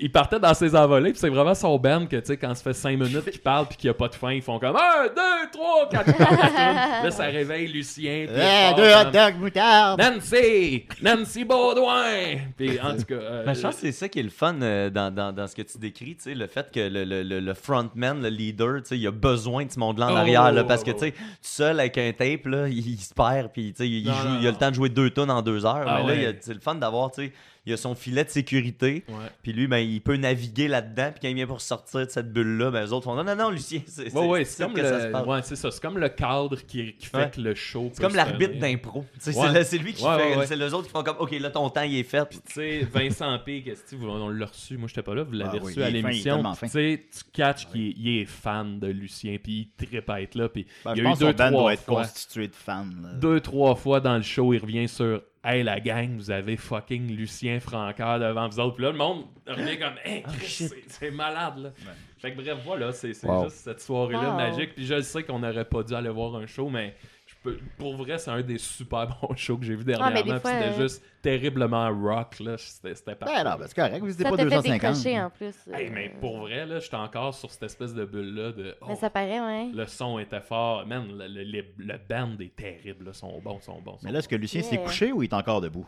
il partait dans ses envolées. Puis c'est vraiment son band que, tu sais, quand ça fait 5 minutes qu'il parle puis qu'il n'y a pas de fin, ils font comme 1, 2, 3, 4. Là, ça réveille Lucien. puis il Eh, part deux comme, hot dogs moutarde! Nancy! Nancy Baudouin! Puis en tout cas. euh, Mais je pense que c'est ça qui est le fun euh, dans, dans- dans ce que tu décris, tu sais, le fait que le, le- le- le frontman, le leader, tu sais, il a besoin de ce monde-là en Oh, arrière, là, ouais, parce que ouais, tu sais, tout seul avec un tape, là, il, il se perd, puis tu sais, il, il Non, joue- non, il a non. le temps de jouer deux tonnes en deux heures. Ah mais là, il y a- ouais. c'est le fun d'avoir, tu sais, il a son filet de sécurité, ouais. puis lui, ben, il peut naviguer là-dedans, puis quand il vient pour sortir de cette bulle-là, ben, les autres font non, non, non, Lucien, c'est Ouais, ouais, c'est c'est comme, que ça se le... passe. ouais, c'est ça, c'est comme le cadre qui, qui fait Ouais. que le show. C'est peut comme se l'arbitre tenir. d'impro. Tu sais, Ouais. C'est le- c'est lui qui Ouais, fait. ouais, ouais. C'est les autres qui font comme OK, là, ton temps, il est fait. Puis Tu sais, Vincent P, qu'est-ce que vous- on l'a reçu, moi j'étais pas là, vous l'avez Ah oui, reçu il à est fin, il est l'émission. tellement fin. Tu sais, tu catches qu'il est, il est fan de Lucien, puis il trippe à être là, puis Ben, il je y a eu pense que deux, son band trois doit être fois. constitué de fans. là. deux, trois fois dans le show, il revient sur Hey la gang, vous avez fucking Lucien Francaire devant vous autres. Puis là, le monde revient comme Ah, Hey, Chris, c'est- c'est malade là. Fait que bref, voilà, c'est c'est Wow. juste cette soirée-là Wow. magique. Puis je sais qu'on n'aurait pas dû aller voir un show, mais je peux- pour vrai, c'est un des super bons shows que j'ai vu dernièrement. mais des puis fois, C'était euh, juste terriblement rock là. C'était c'était parfait. Ben non, ben, c'est correct, vous n'étiez Ça pas t'a fait décrocher 250. en plus. Hey, euh, mais pour vrai, là, j'étais encore sur cette espèce de bulle-là de Oh, Mais ça paraît, ouais. le son était fort. Man, le, le, les- le band est terrible, là. sont bons, sont bons. sont Mais là, est-ce que Lucien s'est Yeah. couché ou il est encore debout?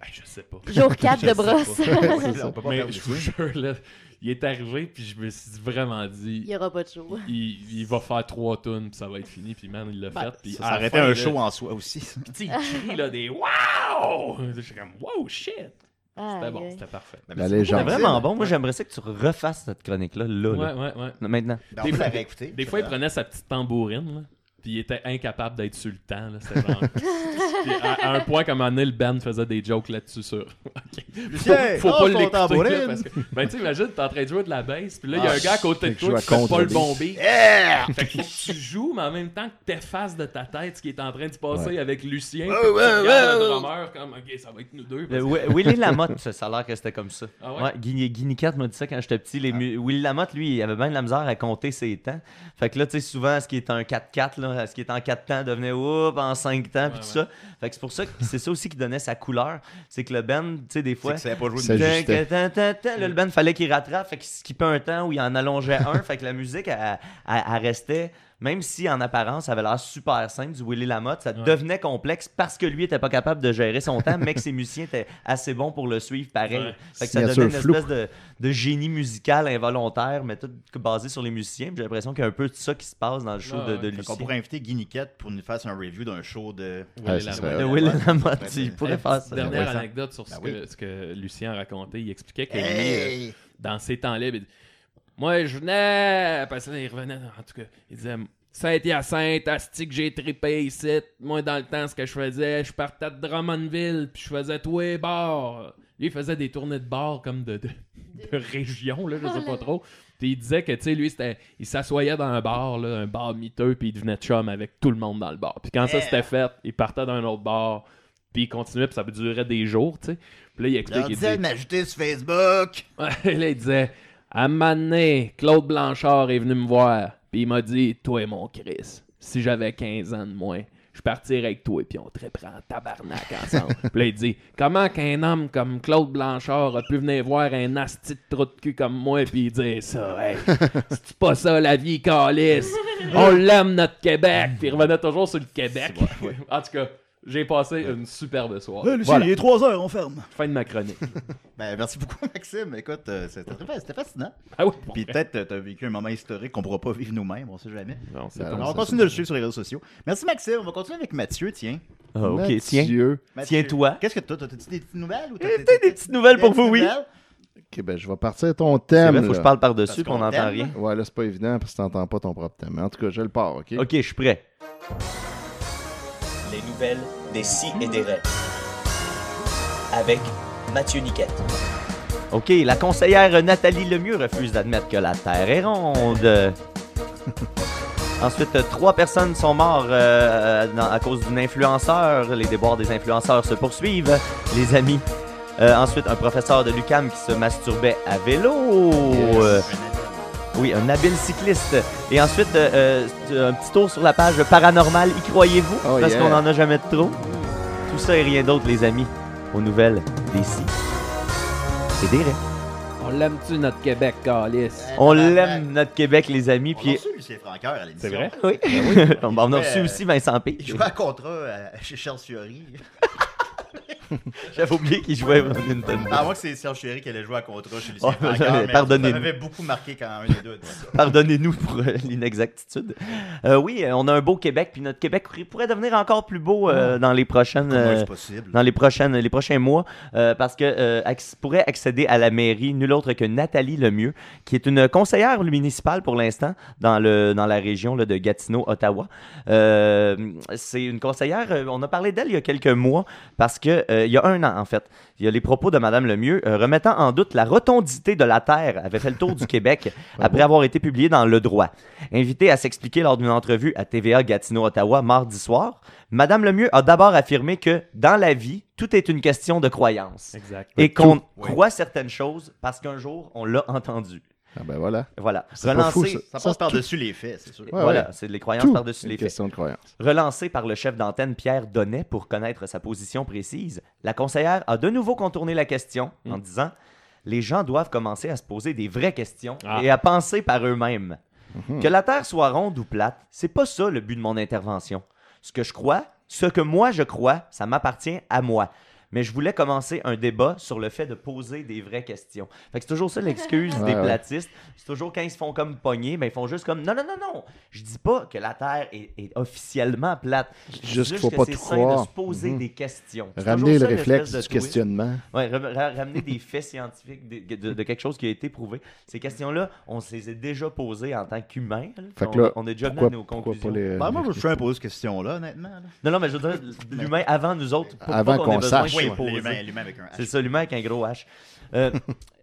Ben, je sais pas. Jour 4 Je de sais brosse. pas. C'est ça, on peut pas faire de Mais je vous jure, là, il est arrivé, puis je me suis vraiment Il dit, n'y aura pas de show. il, il va faire trois tonnes, puis ça va être fini, puis man, il l'a Bah, Ben, fait. Puis ça à la s'arrêtait fin, un là, show en soi aussi. ça. Puis tu sais, il crie, là, des Wow! Je suis comme, Wow, shit! C'était Aïe, bon, aïe. c'était parfait. Ben, La merci C'est légende. beaucoup, Maxime. vraiment bon. Moi, j'aimerais ça que tu refasses cette chronique-là, là, Ouais, là. ouais, ouais. Maintenant. Ben, Des on peut fois- la réécouter. Des fois, il prenait sa petite tambourine, là, puis il était incapable d'être sur le temps. là, C'était genre. Puis à, à un point, comme un le band faisait des jokes là-dessus sur. OK. Faut, Tiens, faut oh, pas son l'écouter. là, tambourine. parce que- Ben, tu imagines, t'es en train de jouer de la bass, puis là, il y a Ah, un gars à côté de fait que je toi qui joue à fait pas le bon contre-bass. beat. Yeah! Fait que faut que tu joues, mais en même temps que t'effaces de ta tête ce qui est en train de se passer Ouais. avec Lucien. Oh, puis tu ouais, regardes ouais, le ouais. drummer comme, ok, ça va être nous deux. parce Euh, que- Wi- Willy Lamotte, ça ça a l'air que c'était comme ça. Ah. Ah ouais? Guy, Guy Niquette m'a dit ça quand j'étais petit. Les mu- Willy Lamotte, lui, il avait bien de la misère à compter ses temps. Fait que là, tu sais, souvent, ce qui est un 4-4, là, ce qui est en 4 temps devenait oup en 5 temps, Ouais, puis tout ouais. ça. Fait que c'est pour ça que c'est ça aussi qui donnait sa couleur. C'est que le band, tu sais, des C'est fois. que ça a pas joué Ça- de S'ajustait. euh, Tan, tan, tan, là, le band fallait qu'il rattrape, fait qu'il skippait un temps où il en allongeait un, fait que la musique, elle, elle- elle restait, même si en apparence, ça avait l'air super simple du Willy Lamotte, ça Ouais. devenait complexe parce que lui était pas capable de gérer son temps, mais que ses musiciens étaient assez bons pour le suivre pareil. Ouais. Fait que ça Signature donnait une floue. espèce de, de génie musical involontaire, mais tout basé sur les musiciens. Puis J'ai l'impression qu'il y a un peu de ça qui se passe dans le show Ouais, de, ouais. de Fait Lucien. qu'on pourrait inviter Guy Niquette pour nous faire un review d'un show de. Ah, Willy ça Lamotte. serait- De Ouais, Willy ouais. Lamotte, Ouais, il ouais. pourrait faire ça. Dernière Ouais, ça- anecdote sur ce, Ben que, oui. ce que Lucien racontait. Il expliquait que lui, euh, Hey! dans ses temps libres, il dit, moi, je venais, parce que là, il revenait, en tout cas, il disait, Saint-Hyacinthe, Asti que j'ai trippé ici. Moi, dans le temps, ce que je faisais, je partais de Drummondville, puis je faisais tous les bars. Lui, il faisait des tournées de bars comme de, de, de région, là, je sais pas trop. Puis il disait que, tu sais, lui, c'était, il s'assoyait dans un bar, là, un bar miteux, puis il devenait chum avec tout le monde dans le bar. Puis quand ça Yeah. c'était fait, il partait d'un autre bar, puis il continuait, puis ça durait des jours, tu sais. Puis là, il explique, Leur il dit de dit, m'ajouter sur Facebook! Ouais, là, il disait À un moment donné, Claude Blanchard est venu me voir, puis il m'a dit Toi, mon Chris, si j'avais 15 ans de moins, je partirais avec toi, puis on triperait en tabarnak ensemble. puis là, il dit Comment qu'un homme comme Claude Blanchard a pu venir voir un asti de trou de cul comme moi, puis dire ça Hey, c'est pas ça la vie, Calice On l'aime, notre Québec Puis il revenait toujours sur le Québec. en tout cas, j'ai passé une superbe soirée. Voilà, il est 3h, on ferme! fin de ma chronique. Ben, merci beaucoup, Maxime. Écoute, euh, c'était très fa- c'était fascinant. Ah oui, Puis peut-être euh, t'as vécu un moment historique qu'on pourra pas vivre nous-mêmes, on sait jamais. Non, c'est Ben, pas Alors, ça, on continue de le suivre sur les réseaux sociaux. Merci, Maxime. On va continuer avec Mathieu, tiens. Ah, ok, tiens. Mathieu. Mathieu, Tiens-toi. Qu'est-ce que t'as? T'as-tu des petites nouvelles? ou t'as- t'as- Eh, peut-être des petites nouvelles pour des vous, oui. nouvelles? Ok, ben, je vais partir ton C'est thème. vrai, faut que là. je parle Parce par-dessus, puis qu'on on n'entend t'aime. rien. Ouais, là, c'est pas évident parce que t'entends pas ton propre thème. Mais en tout cas, je le pars, ok? Ok, je suis prêt. Les nouvelles des si et des rêves. Avec Mathieu Niquette. OK, la conseillère Nathalie Lemieux refuse d'admettre que la Terre est ronde. Ensuite, euh, trois personnes sont mortes euh, dans- à cause d'une influenceur. Les déboires des influenceurs se poursuivent, les amis. Euh, ensuite, un professeur de l'UCAM qui se masturbait à vélo. Euh, oui, un habile cycliste. Et ensuite, euh, euh, un petit tour sur la page Paranormal, y croyez-vous? Oh, parce yeah. qu'on n'en a jamais de trop. Tout ça et rien d'autre, les amis, aux nouvelles des si et des raies. On l'aime-tu, notre Québec, Calice On l'aime, notre Québec, les amis. On a Puis... reçu Lucien Franqueur à l'émission. C'est vrai? Oui. on on a reçu Euh, aussi Vincent P. Il jouait à contrat euh, chez Charles Fiori. J'avais oublié qu'il jouait au Nintendo. À moins que c'est Serge Fiori qui allait jouer à contrat chez Lucien Oh, Franqueur. mais pardonnez-nous. Ça m'avait beaucoup marqué quand un des deux. a dit ça. Pardonnez-nous pour euh, l'inexactitude. Euh, oui, euh, on a un beau Québec, puis notre Québec pourrait devenir encore plus beau euh, dans les prochaines. Comment euh, est-ce possible? dans les, prochaines, les prochains mois, euh, parce que euh, acc- pourrait accéder à la mairie nul autre que Nathalie Lemieux, qui est une conseillère municipale pour l'instant dans, le, dans la région là, de Gatineau, Ottawa. Euh, c'est une conseillère, euh, on a parlé d'elle il y a quelques mois, parce que euh, il y a un an, en fait, il y a les propos de Madame Lemieux euh, remettant en doute la rotondité de la Terre avait fait le tour du Québec après avoir été publié dans Le Droit. Invitée à s'expliquer lors d'une entrevue à TVA Gatineau-Ottawa mardi soir, Madame Lemieux a d'abord affirmé que dans la vie, tout est une question de croyance Exact. et qu'on oui. croit certaines choses parce qu'un jour on l'a entendu. Ah, ben voilà. Voilà. C'est pas Relancer. fou, Ça ça. Ça, passe c'est tout- par-dessus les faits, c'est sûr. Ouais, voilà, ouais. c'est les croyances Tout par-dessus les une faits. question de croyance. Relancée par le chef d'antenne Pierre Donnet pour connaître sa position précise, la conseillère a de nouveau contourné la question Hmm. en disant Les gens doivent commencer à se poser des vraies questions Ah. et à penser par eux-mêmes. Mhm. Que la Terre soit ronde ou plate, c'est pas ça le but de mon intervention. Ce que je crois, ce que moi je crois, ça m'appartient à moi. Mais je voulais commencer un débat sur le fait de poser des vraies questions. Fait que c'est toujours ça l'excuse Ouais, des ouais. platistes. C'est toujours quand ils se font comme pogner, mais ils font juste comme non, non, non, non. Je dis pas que la Terre est, est officiellement plate. Je dis Juste qu'il faut que pas c'est tout sain croire. Mhm. de se poser des questions. C'est Ramener toujours le ça, l'espèce réflexe de du twist. questionnement. Ouais, ra- ra- ramener des faits scientifiques de, de- de quelque chose qui a été prouvé. Ces questions-là, on se les a déjà posées en tant qu'humains. là. Fait que on, là, on est déjà venu à pourquoi, nos pourquoi conclusions. Bah, pas les. Ben, moi, je suis un peu cette question-là, honnêtement. là. Non, non, mais je veux dire, l'humain avant nous autres, pour Avant pas qu'on ait qu'on besoin sache, de les ouais. poser. l'humain l'humain avec un C'est H. ça, l'humain avec un gros H. Euh,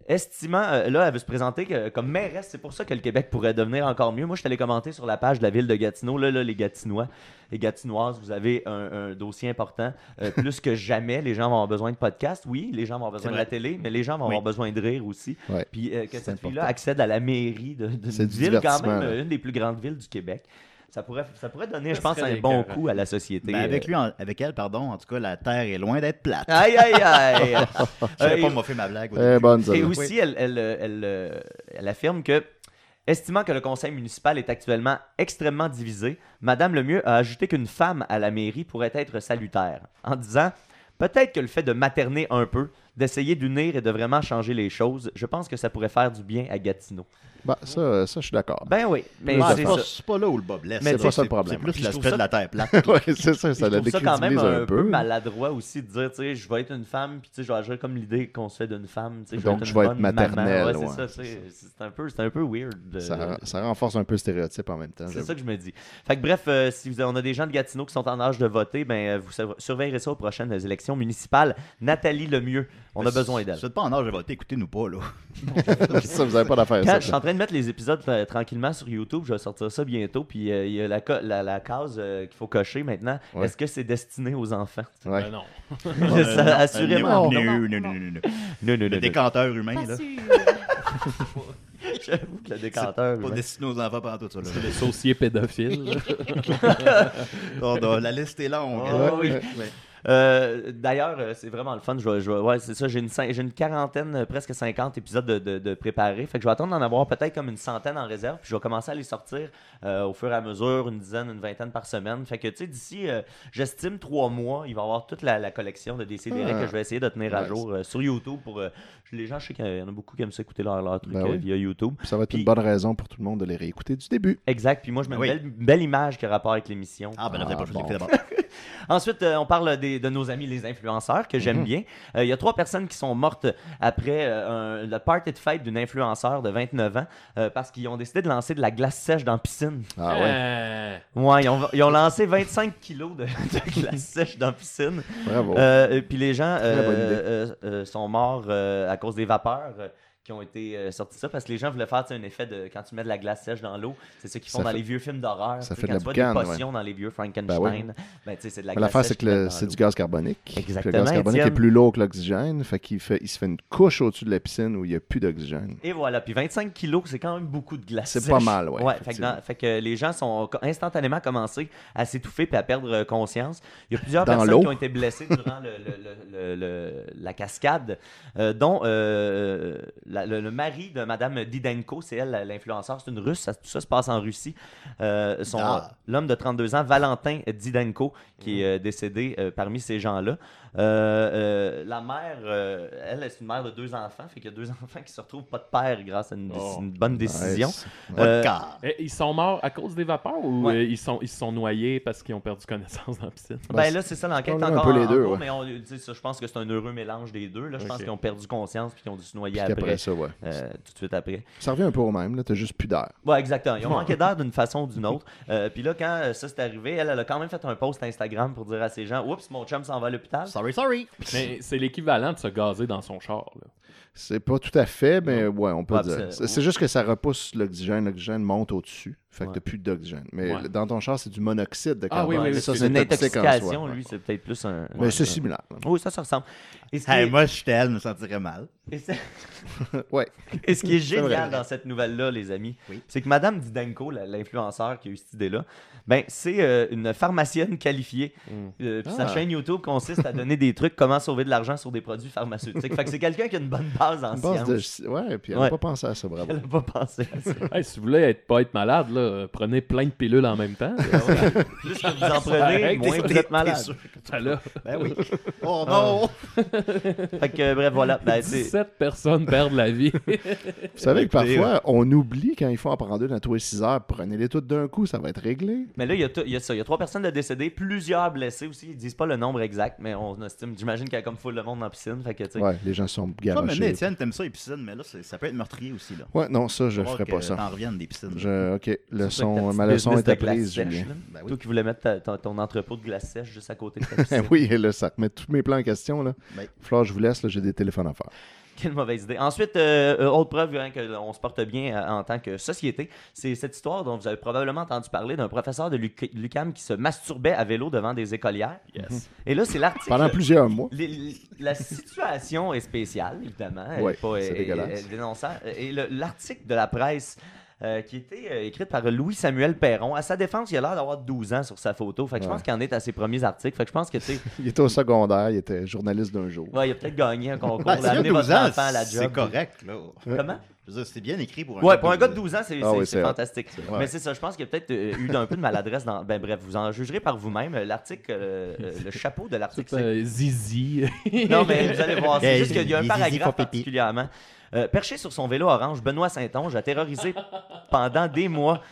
estimant, euh, là, elle veut se présenter que- comme mairesse, c'est pour ça que le Québec pourrait devenir encore mieux. Moi, je t'allais commenter sur la page de la ville de Gatineau. Là, là les Gatinois et Gatinoises, vous avez un, un dossier important. Euh, plus que jamais, les gens vont avoir besoin de podcasts. Oui, les gens vont avoir besoin de vrai. la télé, mais les gens vont Oui. avoir besoin de rire aussi. Ouais. Puis euh, que C'est cette fille-là important. accède à la mairie de- d'une C'est du ville quand divertissement, même, là. euh, une des plus grandes villes du Québec. Ça pourrait, ça pourrait donner, Ça je pense, serait un bon écœurant. coup à la société. Ben, avec euh. lui, en- avec elle, pardon, en tout cas, la terre est loin d'être plate. Aïe, aïe, aïe. Je Euh, savais et- pas m'offrir ma blague. au Eh, début. bonne, ça. Et là. aussi, elle, elle, euh, elle, euh, elle affirme que, estimant que le conseil municipal est actuellement extrêmement divisé, Madame Lemieux a ajouté qu'une femme à la mairie pourrait être salutaire, en disant Peut-être que le fait de materner un peu, d'essayer d'unir et de vraiment changer les choses, je pense que ça pourrait faire du bien à Gatineau. Bah, ça, ça, je suis d'accord. Ben oui, mais Ouais, c'est Ah, c'est ça. pas, c'est pas là où le bas blesse. Mais ça, c'est pas ça le problème. C'est Puis plus je trouve l'aspect ça- de la terre plate. ouais, c'est ça, ça Je la trouve ça quand même décrédibilise un, un peu peu. maladroit aussi de dire, tu sais, je vais être une femme, puis tu sais, je vais agir comme l'idée qu'on se fait d'une femme, tu sais, je vais Donc, être je une vais être bonne maman. maternelle, Ouais, ouais, c'est ça, tu sais, c'est un peu, c'est un peu weird. de- Ça, ça renforce un peu le stéréotype en même temps. euh, C'est hein, j'avoue. ça que je me dis. Fait que bref, euh, si vous, on a des gens de Gatineau qui sont en âge de voter, ben, euh, vous sur- surveillerez ça aux prochaines élections municipales. Nathalie Lemieux, Ben, on a besoin d'elle. Si vous êtes pas en âge de voter, écoutez-nous pas, là. ça, vous avez pas d'affaire. Quand ça. je suis en train de mettre les épisodes euh, tranquillement sur YouTube, je vais sortir ça bientôt. Puis euh, il y a la, co- la, la case euh, qu'il faut cocher maintenant. Ouais. Est-ce que c'est destiné aux enfants Ouais. Ben non. Ça, non, Assurément. non, Non, non, non, non, non, non, non. non, non, Le non. décanteur humain, Pas là. sûr. J'avoue que le décanteur. Pas ouais. destiné aux enfants pendant tout ça, là. Le saucier pédophile. Oh, non, la liste est longue. Ah, Oh, oui. Ouais. Euh, D'ailleurs, euh, c'est vraiment le fun. Je vais- je vais- ouais, c'est ça. J'ai une, cin- j'ai une quarantaine, euh, presque 50 épisodes de, de, de préparés. Fait que je vais attendre d'en avoir peut-être comme une centaine en réserve. Puis je vais commencer à les sortir euh, au fur et à mesure, une dizaine, une vingtaine par semaine. Fait que, tu sais, d'ici, euh, j'estime trois mois, il va y avoir toute la, la collection de décidérés Ah. que je vais essayer de tenir à Nice. jour euh, sur YouTube. pour euh, Les gens, je sais qu'il y en a beaucoup qui aiment ça écouter leur, leur truc Ben euh, oui. via YouTube. Puis ça va être Puis- une bonne raison pour tout le monde de les réécouter du début. Exact. Puis moi, je mets Ben Oui. une belle, belle image qui a rapport avec l'émission. Ah, ben, là, Ah, peut-être pas, je l'ai bon. fait d'abord. Ensuite, euh, on parle des- de nos amis les influenceurs, que Mhm. j'aime bien. Euh, Il y a trois personnes qui sont mortes après euh, un- le party de fête d'une influenceur de 29 ans euh, parce qu'ils ont décidé de lancer de la glace sèche dans la piscine. Ah ouais, Euh, Ouais, ils ont, ils ont lancé 25 kilos de, de glace sèche dans la piscine. bravo. Euh, et puis les gens euh, Oh. bonne idée. euh, euh, sont morts euh, à cause des vapeurs. euh, qui ont été euh, sorties de ça parce que les gens voulaient faire tu sais, un effet de quand tu mets de la glace sèche dans l'eau, c'est ce qu'ils font Ça dans fait- les vieux films d'horreur. ça tu fait de sais, quand la tu vois des boucane, potions dans les vieux Frankenstein, Ben oui. ben, tu sais, c'est de la Mais glace L'affaire, sèche c'est que qu'ils le- mettent dans c'est l'eau. du gaz carbonique. Puis Exactement, le gaz carbonique Étienne. est plus lourd que l'oxygène. Fait qu'il fait, il se fait une couche au-dessus de la piscine où il n'y a plus d'oxygène. Et voilà, puis 25 kilos, c'est quand même beaucoup de glace. C'est sèche. pas mal, ouais, fait, que effectivement. dans- fait que les gens sont co- instantanément commencé à s'étouffer puis à perdre euh, conscience. Il y a plusieurs Dans personnes l'eau. qui ont été blessées durant le- le- le- le- le- la cascade, euh, dont euh, la- le, le mari de Madame Didenko, c'est elle la- l'influenceur, c'est une Russe, ça- tout ça se passe en Russie. Euh, son- Ah. L'homme de 32 ans, Valentin Didenko, qui Mhm. est euh, décédé euh, parmi ces gens-là. Euh, euh, la mère, euh, elle, c'est une mère de deux enfants, fait qu'il y a deux enfants qui se retrouvent pas de père grâce à une, déc- Oh. une bonne décision. Nice. Euh, Vodka. eh, ils sont morts à cause des vapeurs ou Ouais. euh, ils, sont, ils se sont noyés parce qu'ils ont perdu connaissance dans la piscine? Ben là, c'est ça l'enquête on est a un encore peu en- les en deux, cours, ouais. mais on- tu sais, ça, je pense que c'est un heureux mélange des deux. Là, je pense Ok. qu'ils ont perdu conscience puis qu'ils ont dû se noyer Puis après après, ça, ouais. euh, tout de suite après. Ça revient un peu au même. là. T'as juste plus d'air. Ouais, exactement. Ils ont manqué d'air d'une façon ou d'une autre. Euh, puis là, quand euh, ça s'est arrivé, elle, elle a quand même fait un post Instagram pour dire à ses gens Oups, mon chum s'en va à l'hôpital. Sorry, sorry. Mais c'est l'équivalent de se gazer dans son char. là. C'est pas tout à fait, mais ouais, on peut Ouais, dire. Bah, c'est- C'est c'est juste que ça repousse l'oxygène. L'oxygène monte au-dessus. Fait que Ouais. t'as plus d'oxygène. Mais Ouais. dans ton char, c'est du monoxyde de Ah oui, carbone. oui, Et oui, ça, c'est C'est une toxique en soi. intoxication, lui, Ouais. c'est peut-être plus un. Mais ouais, c'est ça. similaire. Oui, ça, ça ressemble. Et ce qui Hey, est- moi, je suis elle, je me sentirais mal. et c'est- ouais. Et ce qui est vrai. génial dans cette nouvelle-là, les amis, Oui. c'est que Madame Didenko, la- l'influenceur qui a eu cette idée-là, ben, c'est euh, une pharmacienne qualifiée. Euh, puis Sa Ah. chaîne YouTube consiste à donner des trucs comment sauver de l'argent sur des produits pharmaceutiques. fait que c'est quelqu'un qui a une bonne base en Une base sciences. de- Ouais, puis elle Ah, Ouais. n'a pas pensé à ça, bravo. Elle n'a pas pensé à ça. Hey, si vous voulez être, pas être malade, là, euh, prenez plein de pilules en même temps. là. Plus que vous en prenez, Hey, moins t'es- vous t'es- êtes malade. Ça, là, Ben oui. Oh non! Fait que, euh, bref, voilà. Ben, c'est- 17 personnes perdent la vie. Vous savez que Écoutez, parfois, on oublie quand il faut en prendre deux dans tous les 6 heures. Prenez-les toutes d'un coup, ça va être réglé. Mais là, il y, a tout- il y a ça. Il y a trois personnes de décédées, plusieurs blessés aussi. Ils disent pas le nombre exact, mais on estime. J'imagine qu'il y a comme full le monde en piscine. Fait que, tu sais, Ouais, les gens sont Toi, maintenant, garochés. Étienne, t'aimes ça les piscines, mais là, c'est- ça peut être meurtrier aussi. Là. Ouais, non, ça, je Faut ferai que pas ça. T'en reviennes des piscines. Je, ok, leçon- Toi, avec ta ma petite leçon business est de glace apprise, sèche, Julien. là. Ben oui. Toi qui voulais mettre ta- ton, ton entrepôt de glace sèche juste à côté de ta piscine. oui, et là, ça remet tous mes plans en question. Là. Ben. Flore, je vous laisse, là, j'ai des téléphones à faire. Quelle mauvaise idée. Ensuite, euh, euh, autre preuve qu'on se porte bien euh, en tant que société, c'est cette histoire dont vous avez probablement entendu parler d'un professeur de l'UCAM qui se masturbait à vélo devant des écolières. Yes. Et là, c'est l'article. Pendant plusieurs mois. Les- les- la situation est spéciale, évidemment. Elle Ouais, est pas- c'est elle- dégueulasse. elle- elle dénonçant. Et le- l'article de la presse euh, qui était euh, écrite par Louis Samuel Perron. À sa défense, il a l'air d'avoir 12 ans sur sa photo. Fait que je pense qu'il en est à ses premiers articles. Fait que je pense que tu sais, Il était au secondaire, il était journaliste d'un jour. ouais, il a peut-être gagné un concours. Ben, là, s'il y a amenez 12 votre ans, enfant à la job. c'est correct. Là. Comment? Je veux dire, c'est bien écrit pour un Ouais, gars pour un de- gars de 12 ans, c'est Ah c'est- oui, c'est c'est- fantastique. ouais. Mais c'est ça, je pense qu'il y a peut-être euh, eu un peu de maladresse dans. Ben bref, vous en jugerez par vous-même. Euh, L'article, euh, euh, le chapeau de l'article, c'est Euh, Zizi. non, mais vous allez voir, c'est Hey, juste qu'il y a un les zizi font paragraphe pipi. particulièrement. Euh, perché sur son vélo orange, Benoît Saint-Onge a terrorisé pendant des mois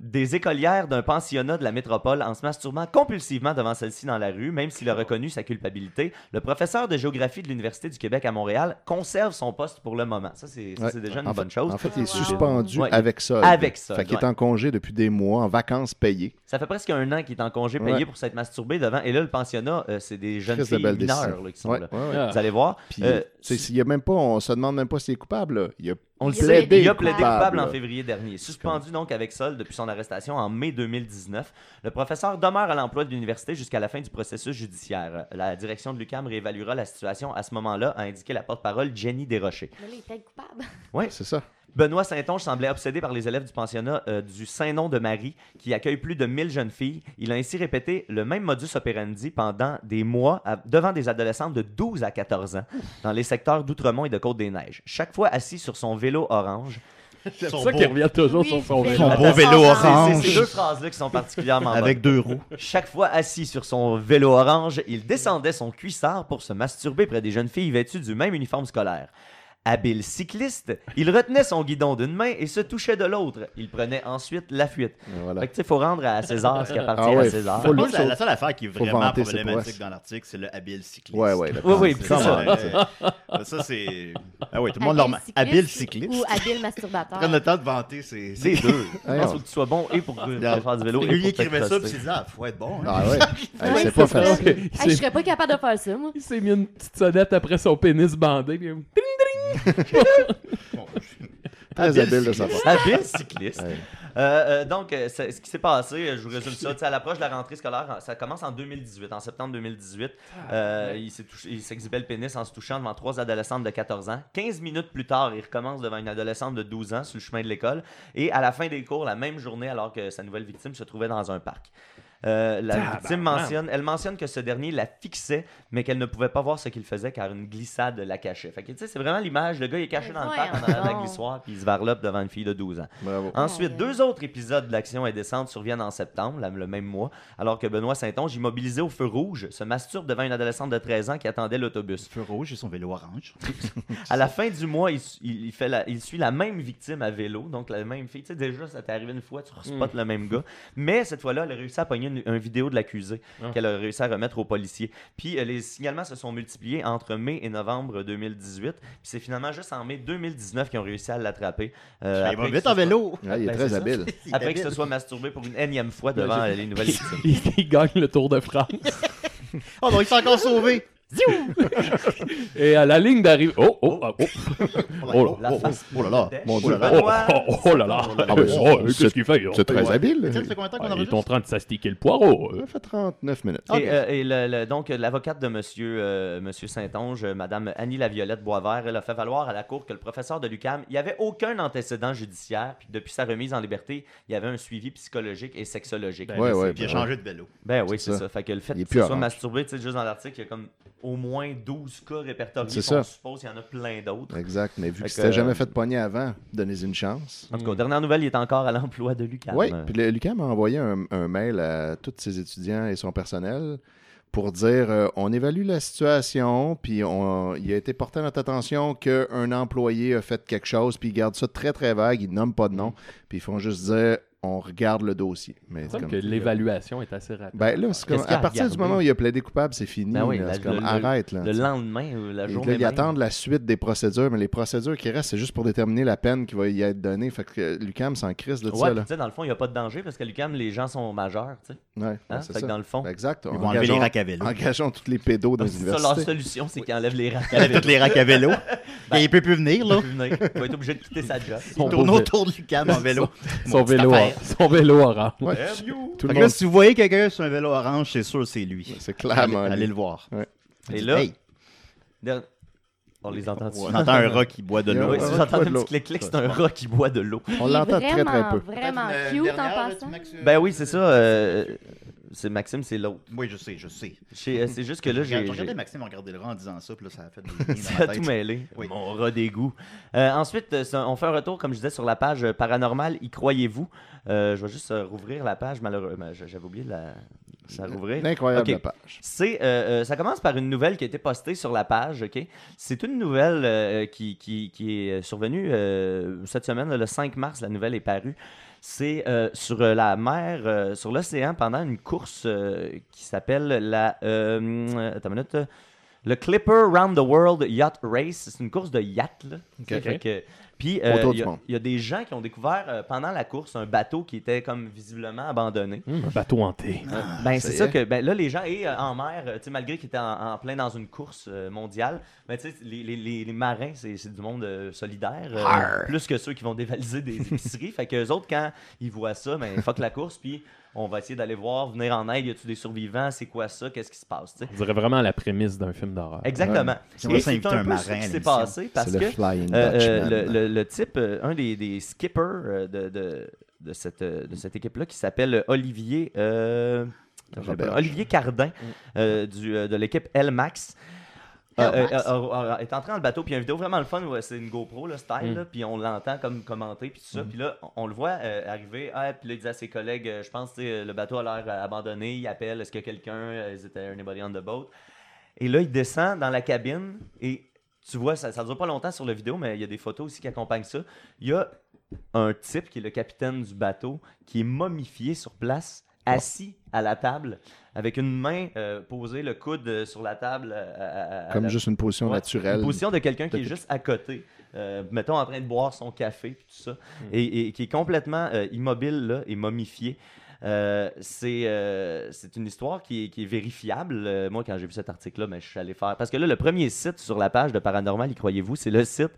des écolières d'un pensionnat de la métropole en se masturbant compulsivement devant celle-ci dans la rue, même s'il a reconnu sa culpabilité. Le professeur de géographie de l'Université du Québec à Montréal conserve son poste pour le moment. Ça, c'est ça, Ouais. c'est déjà une En bonne fait- chose. En fait, il est Ah, wow. suspendu Ouais. avec ça. Avec solde, Fait qu'il ouais. est en congé depuis des mois, en vacances payées. Ça fait presque un an qu'il est en congé payé Ouais. pour s'être masturbé devant. Et là, le pensionnat, euh, c'est des jeunes Très filles belle mineures décision. là, qui sont Ouais, là. ouais, ouais. Ah. Vous allez voir. Puis, Euh, tu sais, s'il y a même pas, on se demande même pas s'il est coupable. là. Il a, On le plaidé sait, il a plaidé coupable. coupable en février dernier. Suspendu donc avec solde depuis son arrestation en mai 2019, le professeur demeure à l'emploi de l'université jusqu'à la fin du processus judiciaire. La direction de l'UQAM réévaluera la situation à ce moment-là, a indiqué la porte-parole Jenny Desrochers. Mais là, il était coupable. c'est ça. Benoît Saint-Onge semblait obsédé par les élèves du pensionnat euh, du Saint-Nom de Marie, qui accueille plus de 1000 jeunes filles. Il a ainsi répété le même modus operandi pendant des mois à- devant des adolescentes de 12 à 14 ans dans les secteurs d'Outremont et de Côte-des-Neiges. Chaque fois assis sur son vélo orange, C'est Son ça beau- qu'il revient toujours sur son Oui, vélo. Son beau vélo C'est- c'est- orange Ces deux phrases-là qui sont particulièrement avec deux roues. bonnes. Chaque fois assis sur son vélo orange, il descendait son cuissard pour se masturber près des jeunes filles vêtues du même uniforme scolaire. Habile cycliste, il retenait son guidon d'une main et se touchait de l'autre. Il prenait ensuite la fuite. Et Voilà. Bah. Fait que, tu sais, faut rendre à César ce qui appartient Ah ouais, à César. faut Je le- pense que la, la seule affaire qui est Faut vraiment vanter ses problématique prouesses. dans l'article, c'est le habile cycliste. Ouais, ouais. Oui, oui, C'est c'est ça. ça. euh, ça, c'est. Ah oui, tout le monde leur. Habile cycliste. Ou habile Prendre masturbateur. le temps de vanter ses, ses Les deux. Je pense qu'il faut que tu sois bon et pour euh, Ah. faire du vélo. et Lui, il pour te écrivait ça, crosser. puis il disait, ah, faut être bon. hein. Ah ouais. Hey, Ouais, c'est pas c'est ça. facile. Il Hey, je s'est- serais pas capable de faire ça, moi. il s'est mis une petite sonnette après son pénis bandé. puis- Bon, Très habile de sa part. Habile cycliste. Ouais. Euh, euh, donc, euh, c'est- ce qui s'est passé, euh, je vous résume ça. Tu sais, à l'approche de la rentrée scolaire, ça commence en 2018, en septembre 2018. Euh, il s'est touché- il s'exhibait le pénis en se touchant devant trois adolescentes de 14 ans. 15 minutes plus tard, il recommence devant une adolescente de 12 ans sur le chemin de l'école. Et à la fin des cours, la même journée, alors que sa nouvelle victime se trouvait dans un parc. Euh, la Tabarnak. victime mentionne, elle mentionne que ce dernier la fixait, mais qu'elle ne pouvait pas voir ce qu'il faisait car une glissade la cachait. Fait que tu sais, c'est vraiment l'image, le gars il est caché Mais dans le voyons parc en allant de la donc. Oh glissoire puis il se varlope devant une fille de 12 ans. Bravo. Aïe, Ensuite, aïe. deux autres épisodes de l'action indécente surviennent en septembre, la- le même mois, alors que Benoît Saint-Onge, immobilisé au feu rouge, se masturbe devant une adolescente de 13 ans qui attendait l'autobus. Feu rouge et son vélo orange. À la fin du mois, il, su- il- il fait la- il suit la même victime à vélo, donc la même fille. Tu sais, déjà, ça t'est arrivé une fois, tu Hmm. respotes le même gars. Mais cette fois-là, elle a réussi à pogner une, une vidéo de l'accusé Ah. qu'elle a réussi à remettre aux policiers. Puis euh, les signalements se sont multipliés entre mai et novembre 2018. Puis c'est finalement juste en mai 2019 qu'ils ont réussi à l'attraper. Euh, Il après va que vite ce en soit- vélo. Ouais, il est Ben, très c'est ça. habile. Il Après que habite. ce soit masturbé pour une énième fois devant Imagine. euh, les nouvelles victimes. il, il gagne le Tour de France. Oh non, il s'est encore sauvé. Et à la ligne d'arrivée. Oh, oh, oh, oh. Oh La là oh, face oh là là. de mon Dèche, Dieu. Benoît Oh, oh, oh là là! Ah ben, Oh, c'est- qu'est-ce qu'il fait? là? C'est très Ouais. habile. Étienne, ça fait combien de temps qu'on Ah, il est enregistre? en train de s'astiquer le poireau. Ça euh. fait 39 minutes. Et, euh, et le- le- donc, euh, l'avocate de Monsieur, euh, monsieur Saint-Onge, euh, Madame Annie Laviolette Boisvert, elle a fait valoir à la Cour que le professeur de l'UCAM, il n'y avait aucun antécédent judiciaire, puis depuis sa remise en liberté, il y avait un suivi psychologique et sexologique. Ben, Ben, Ouais, mais ouais, Puis il a ben, changé de vélo. oui, c'est c'est ça. ça. Fait que le fait Il est que plus ce soit orange. masturbé, tu sais, juste dans l'article, il y a comme au moins 12 cas répertoriés. C'est puis ça. On suppose qu'il y en a plein d'autres. Exact, mais vu Fait que que, c'était euh, jamais fait de poignée avant, donnez-y une chance. En tout cas, dernière nouvelle, il est encore à l'emploi de l'UCAM. euh, Oui, puis le- Lucas m'a envoyé un, un mail à tous ses étudiants et son personnel pour dire euh, on évalue la situation, puis on, il a été porté à notre attention qu'un employé a fait quelque chose, puis ils gardent ça très très vague, ils nomment pas de Mm. nom, puis ils font juste dire on regarde le dossier. Mais Il me c'est semble comme- euh, que l'évaluation est assez rapide. Ben là, c'est comme, Qu'est-ce qu'il y a à à partir du regarder? moment où il a plaidé coupable, c'est fini. Ben oui, là. la- c'est comme le- le- arrête. Là, Le lendemain, ou la Et journée là, ils même. attendent la suite des procédures, mais les procédures qui restent, c'est juste pour déterminer la peine qui va y être donnée. Fait que euh, Lucam s'en crise de Ouais, ça. puis Là. tu sais, dans le fond, il n'y a pas de danger parce qu'à l'UCAM, les gens sont majeurs, tu sais. Ouais, ouais, hein? c'est Fait que ça. dans le fond, Exact. Ils vont enlever les racs à vélo. engageons tous les pédos dans Donc, Ah, c'est ça, leur l'université. solution, c'est qu'ils enlèvent les rangs. Il avait toutes les racks à vélo. Ben- Et il peut plus venir, là. Il va être obligé de quitter sa job. Son Il tourne beau- autour du cam en vélo. Son Mon petit vélo, affaire. son vélo orange. Ouais. Tout Fait le que là, monde, si vous voyez quelqu'un sur un vélo orange, c'est sûr c'est lui. c'est Allez, clairement. allez lui. le voir. Et Dites, là, hey, der- On Oh, les entend On entend un rat qui boit de l'eau. Oui, Ouais, si ouais, vous entendez de un l'eau. petit clic-clic, c'est un rat qui boit de l'eau. On Il est l'entend très, très peu. Peut-être Vraiment, une- une vraiment cute en dernière, là, tu passant. Max, euh, Ben oui, c'est ça. euh, c'est Maxime, c'est l'autre. Oui, je sais, je sais. C'est euh, c'est juste que là, Je j'ai. regardais j'ai- Maxime regarder le rat en disant ça, puis là, ça a fait des liens Ça dans a ma tout tête. mêlé. Oui. Mon rat d'égout. Euh, ensuite, euh, ça- on fait un retour, comme je disais, sur la page euh, Paranormal, y croyez-vous. Euh, je vais juste euh, rouvrir la page, malheureusement. J- J'avais oublié de la, de la rouvrir. Incroyable Ok. la page. C'est, euh, euh, ça commence par une nouvelle qui a été postée sur la page, OK? C'est une nouvelle euh, qui, qui- qui est survenue euh, cette semaine, là, le 5 mars, la nouvelle est parue. C'est euh, sur euh, la mer, euh, sur l'océan, pendant une course euh, qui s'appelle la... euh, euh, attends une minute. euh, Le Clipper Round the World Yacht Race. C'est une course de yacht, là. Fait que- Puis, euh, Autour il du y a- monde. il y, a des gens qui ont découvert euh, pendant la course un bateau qui était comme visiblement abandonné. Hum, un bateau hanté. Ben, Ah, ça c'est y ça est. que ben, là, les gens, et euh, en mer, euh, tu sais, malgré qu'ils étaient en, en plein dans une course euh, mondiale, ben, tu sais, les, les- les- les marins, c'est c'est du monde euh, solidaire, euh, plus que ceux qui vont dévaliser des épiceries. fait que les autres, quand ils voient ça, ben, fuck la course, puis on va essayer d'aller voir, venir en aide, y a-tu des survivants, c'est quoi ça, qu'est-ce qui se passe, tu sais. On dirait vraiment la prémisse d'un film d'horreur. Exactement. Si on va Et c'est s'inviter un un peu marin ce à qui s'est l'émission. passé parce C'est que le Flying euh, euh, Dutchman. le, le- le type, euh, un des, des skippers euh, de, de, de cette, euh, de cette équipe-là qui s'appelle Olivier, euh, Roberge. Olivier Cardin euh, du, euh, de l'équipe L-Max. euh, euh, euh, euh, est entré dans le bateau, puis il y a une vidéo vraiment le fun, ouais, c'est une GoPro, là, style, Mm. là, puis on l'entend comme commenter, puis tout ça, puis là, on- on le voit euh, arriver, ah, puis là, il dit à ses collègues, euh, je pense, tu sais, le bateau a l'air euh, abandonné, il appelle, est-ce que quelqu'un, euh, is it anybody on the boat? Et là, il descend dans la cabine et tu vois, ça ne dure pas longtemps sur la vidéo, mais il y a des photos aussi qui accompagnent ça. Il y a un type qui est le capitaine du bateau qui est momifié sur place, assis à la table, avec une main euh, posée, le coude euh, sur la table. euh, à- à- à Comme la- juste une position Ouais, naturelle. une position de quelqu'un qui de est quelqu'un. juste à côté, euh, mettons en train de boire son café puis tout ça, Hmm. et, et qui est complètement euh, immobile là, et momifié. Euh, c'est euh, c'est une histoire qui est, qui est vérifiable. Euh, moi, quand j'ai vu cet article-là, ben, je suis allé faire. Parce que là, le premier site sur la page de Paranormal, y croyez-vous, c'est le site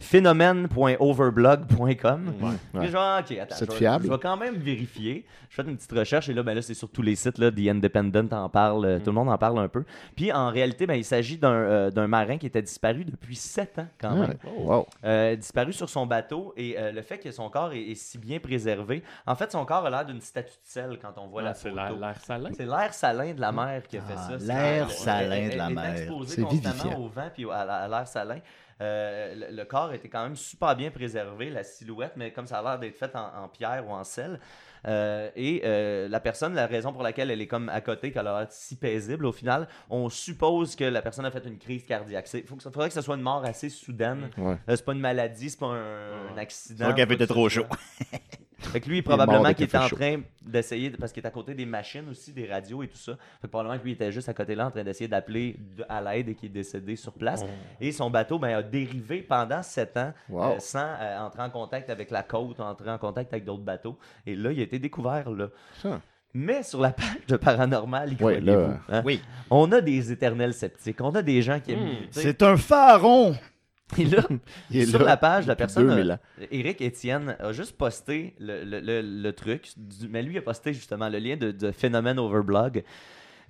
phénomène.overblog.com. Ouais. Puis je vais- ok, attends, C'est je vais- fiable? Je vais quand même vérifier. Je fais une petite recherche et là, ben là c'est sur tous les sites. Là, The Independent en parle. Hmm. euh, Tout le monde en parle un peu. Puis en réalité, ben, il s'agit d'un euh, d'un marin qui était disparu depuis 7 ans quand même. Ah Ouais. Wow. Euh, disparu sur son bateau et euh, le fait que son corps est, est si bien préservé. En fait, son corps a l'air d'une statue de sel quand on voit Voilà, la Ah, c'est photo. l'air l'air salin. C'est l'air salin de la mer qui a fait Ah, ça. C'est- l'air elle- salin elle- de la elle est mer. exposée C'est constamment vivifiant. au vent puis à, la- à l'air salin. Euh, le, le corps était quand même super bien préservé, la silhouette, mais comme ça a l'air d'être faite en, en pierre ou en sel. Euh, et euh, la personne, la raison pour laquelle elle est comme à côté, qu'elle a l'air si paisible, au final, on suppose que la personne a fait une crise cardiaque. Il faudrait que ce soit une mort assez soudaine. Ouais. Euh, c'est pas une maladie, c'est pas un, un accident. Donc, elle était trop chaud. Fait que lui, est mort dès probablement qu'il qu'il était fait en chaud. train d'essayer, de- parce qu'il est à côté des machines aussi, des radios et tout ça. Fait que probablement que lui était juste à côté là en train d'essayer d'appeler de- à l'aide et qu'il est décédé sur place. Et son bateau ben, a dérivé pendant sept ans Wow. euh, sans euh, entrer en contact avec la côte, entrer en contact avec d'autres bateaux. Et là, il a été découvert là. Ça. Mais sur la page de Paranormal, y Ouais, là, croyez-vous, hein? Oui. on a des éternels sceptiques, on a des gens qui aiment Hmm. lutter. C'est un pharaon! Et là, Il est sur là la page, la depuis personne, 2000 a- ans. Éric Étienne, a juste posté le, le- le- le truc, du- mais lui a posté justement le lien de, de Phénomène Overblog.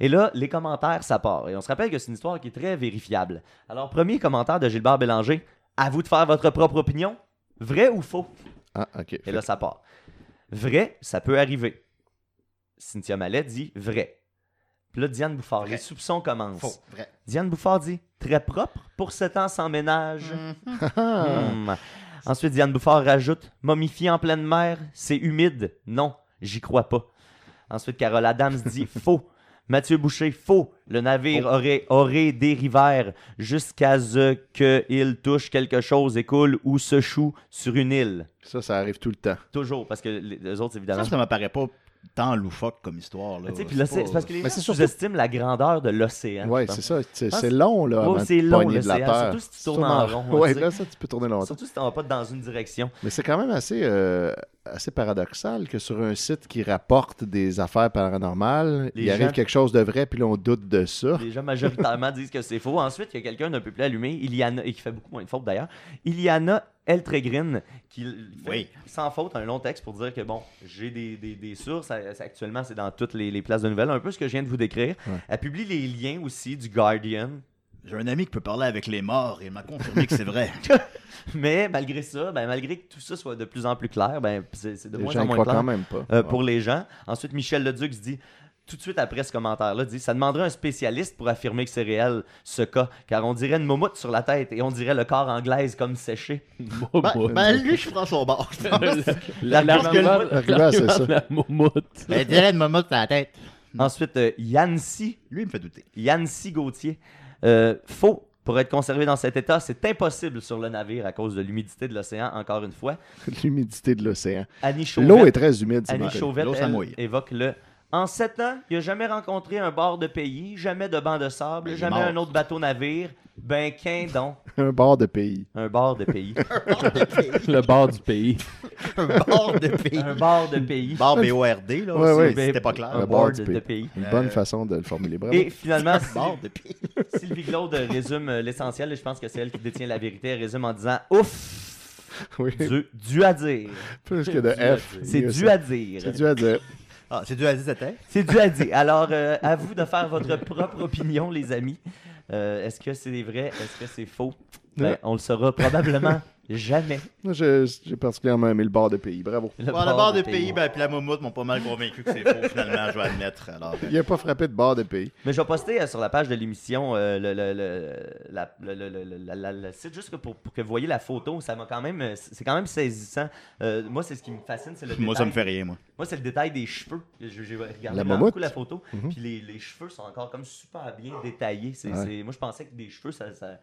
Et là, les commentaires, ça part. Et on se rappelle que c'est une histoire qui est très vérifiable. Alors, premier commentaire de Gilbert Bélanger, à vous de faire votre propre opinion, vrai ou faux? Ah, ok. Et là, ça part. Vrai, ça peut arriver. Cynthia Mallet dit vrai. Puis là, Diane Bouffard, les soupçons commencent. Faux. Vrai. Diane Bouffard dit très propre pour 7 ans sans ménage. Mm-hmm. Hmm. Ensuite, Diane Bouffard rajoute Momifié en pleine mer, c'est humide. Non, j'y crois pas. Ensuite, Carole Adams dit Faux. Mathieu Boucher, faux. Le navire Oh. aurait, aurait des rivières jusqu'à ce qu'il touche quelque chose et coule ou se choue sur une île. Ça, ça arrive tout le temps. Toujours, parce que les les autres, évidemment. Ça, ça m'apparaît pas tant loufoque comme histoire. Là. Tu sais, puis là, c'est pas- c'est parce que les Mais gens c'est surtout- sous-estiment la grandeur de l'océan. ouais, je pense. c'est ça. C'est pense- c'est long, là, Oh, avant c'est de long, pogner de la l'océan, terre. surtout si tu tournes en Surtout- rond, Ouais, tu sais. là, ça, tu peux tourner longtemps. Surtout si t'en vas pas dans une direction. Mais c'est quand même assez, euh, assez paradoxal que sur un site qui rapporte des affaires paranormales, Les il arrive gens- quelque chose de vrai, puis là, on doute de ça. Les gens majoritairement disent que c'est faux. Ensuite, il y a quelqu'un d'un peu plus allumé, Iliana, et qui fait beaucoup moins de fautes d'ailleurs, Iliana Eltregreen, qui fait Oui. sans faute un long texte pour dire que bon, j'ai des, des- des sources, euh, c'est- actuellement c'est dans toutes les, les places de nouvelles, un peu ce que je viens de vous décrire. Ouais. Elle publie les liens aussi du Guardian, J'ai un ami qui peut parler avec les morts et il m'a confirmé que c'est vrai. Mais malgré ça, ben, malgré que tout ça soit de plus en plus clair, ben, c'est c'est de Les moins gens en y moins croient clair quand même pas. euh, pour les gens. Ensuite, Michel Leduc se dit tout de suite après ce commentaire-là, dit ça demanderait un spécialiste pour affirmer que c'est réel ce cas, car on dirait une moumoute sur la tête et on dirait le corps anglaise comme séché. ben, ben, lui, je prends son bord. je pense. La L'argument de la moumoute. L'argument, c'est ça. La moumoute. Ben, dirais de me mettre la tête. Ensuite, euh, Yancy, Lui, il me fait douter. Yancy Gauthier, euh, faux. Pour être conservé dans cet état, c'est impossible sur le navire à cause de l'humidité de l'océan, encore une fois. L'humidité de l'océan. Annie Chauvet- L'eau est très humide, c'est Annie vrai. Chauvette L'eau, ça elle, mouille. évoque le En sept ans, il n'a jamais rencontré un bord de pays, jamais de banc de Mais Ben, sable, il est jamais mort. un autre bateau navire. Ben, qu'un donc, Un bord de pays. un bord de pays. Le bord du pays. Un bord de pays. un bord de pays. Bord B-O-R-D, là. Ouais, aussi, ouais. si C'était pas Un clair. Ouais. bord bord de, du de pays. pays. Une Euh, bonne façon de le formuler. Bravo. Et finalement, Sy- Bord de pays. Sylvie Glaude résume euh, l'essentiel, et je pense que c'est elle qui détient la vérité. Elle résume en disant Ouf Oui. du, du à dire. Plus que de Dû à F. dire. C'est Il y a dû ça. à dire. C'est dû à dire. Ah, c'est du Aziz Attaque? C'est dû à dire. Alors, euh, à vous de faire votre propre opinion, les amis. Euh, Est-ce que c'est vrai? Est-ce que c'est faux? Ben, Ouais. on le saura probablement jamais. Moi, je- j'ai particulièrement aimé le bord de pays. Bravo. Le Bon, le bord de pays, ben, puis la moumoute m'ont pas mal convaincu que c'est faux, finalement, je vais admettre. Alors, euh, Il a pas frappé de bord de pays. Mais je vais poster euh, sur la page de l'émission euh, le, le, le- la- le- le- le- la- la- le site juste que pour, pour que vous voyez la photo. Ça m'a quand même, euh, c'est quand même saisissant. Euh, moi, c'est ce qui me fascine, c'est le moi, détail. ça me fait rien, moi. Moi, c'est le détail des cheveux. Je- J'ai regardé La vraiment mamoute. beaucoup la photo. Mhm. Puis les, les cheveux sont encore comme super bien détaillés. C'est- Ouais. c'est- Moi, je pensais que des cheveux, ça, ça-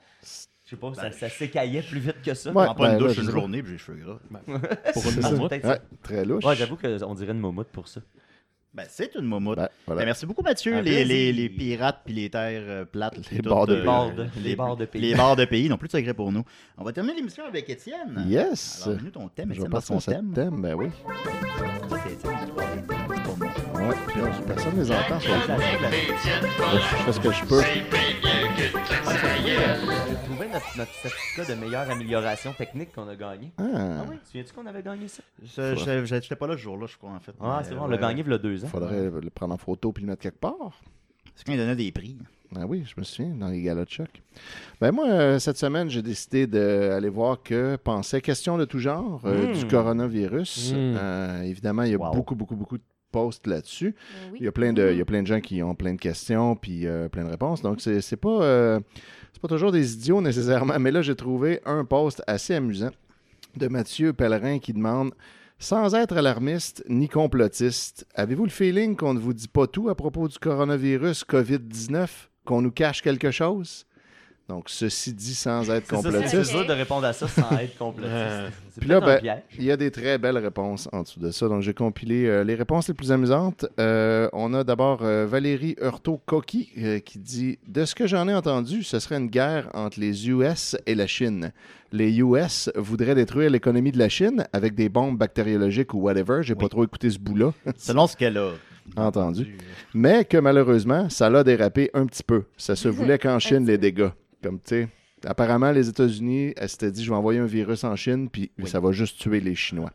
je sais pas, ça, Ben, ça s'écaillait plus vite que ça. Ouais, Je prends pas une ben, douche là, une je- journée, puis j'ai les cheveux gras. Pour C'est une ça. moumoute. Peut-être Ouais, très louche. Ouais, j'avoue qu'on dirait une moumoute pour ça. Ben, c'est une moumoute. Ben, voilà. Ben, merci beaucoup, Mathieu. Un Les, plaisir. les- les pirates puis les terres euh, plates. Les tout, bords de euh, pays. Bords de- les bords de pays. Les bords de pays, non plus de secret pour nous. On va terminer l'émission avec Étienne. Yes. Alors, nous, ton thème, Je vais Étienne, dans partir son à thème. cet thème, ben oui. Ouais, puis là, personne ne les entend, sur le fond. Je fais ce que je peux. J'ai trouvé notre, notre certificat de meilleure amélioration technique qu'on a gagné. Ah Ah, oui, souviens-tu qu'on avait gagné ça? Je- je- je- J'étais pas là ce jour-là, je crois, en fait. Ah, Mais, c'est vrai, on euh, l'a ouais. gagné il y a deux ans. faudrait le prendre en photo puis le mettre quelque part. C'est quand il donnait des prix. Ah oui, je me souviens, dans les galas de choc. Ben moi, euh, cette semaine, j'ai décidé d'aller voir que pensait question de tout genre euh, Mm. du coronavirus. Mm. Euh, évidemment, il y a Wow. beaucoup, beaucoup, beaucoup de posts là-dessus. Mais Il y Oui. a plein de, il y a plein de gens qui ont plein de questions puis euh, plein de réponses. Donc c'est c'est pas, euh, c'est pas toujours des idiots nécessairement. Mais là j'ai trouvé un post assez amusant de Mathieu Pellerin qui demande. Sans être alarmiste ni complotiste, avez-vous le feeling qu'on ne vous dit pas tout à propos du coronavirus COVID-19, qu'on nous cache quelque chose? Donc, ceci dit sans être C'est ça, c'est- complotiste. C'est dur de répondre à ça sans être complotiste. C'est Puis là, peut-être ben, un piège. il y a des très belles réponses en dessous de ça. Donc, j'ai compilé euh, les réponses les plus amusantes. Euh, on a d'abord euh, Valérie Hurtaud-Coqui euh, qui dit De ce que j'en ai entendu, ce serait une guerre entre les US et la Chine. Les US voudraient détruire l'économie de la Chine avec des bombes bactériologiques ou whatever. J'ai pas trop écouté ce bout-là. Selon ce qu'elle a. Entendu. Mais que malheureusement, ça l'a dérapé un petit peu. Ça se voulait qu'en Chine, les dégâts. Comme tu sais, apparemment, les États-Unis elles s'étaient dit je vais envoyer un virus en Chine, puis ça va juste tuer les Chinois.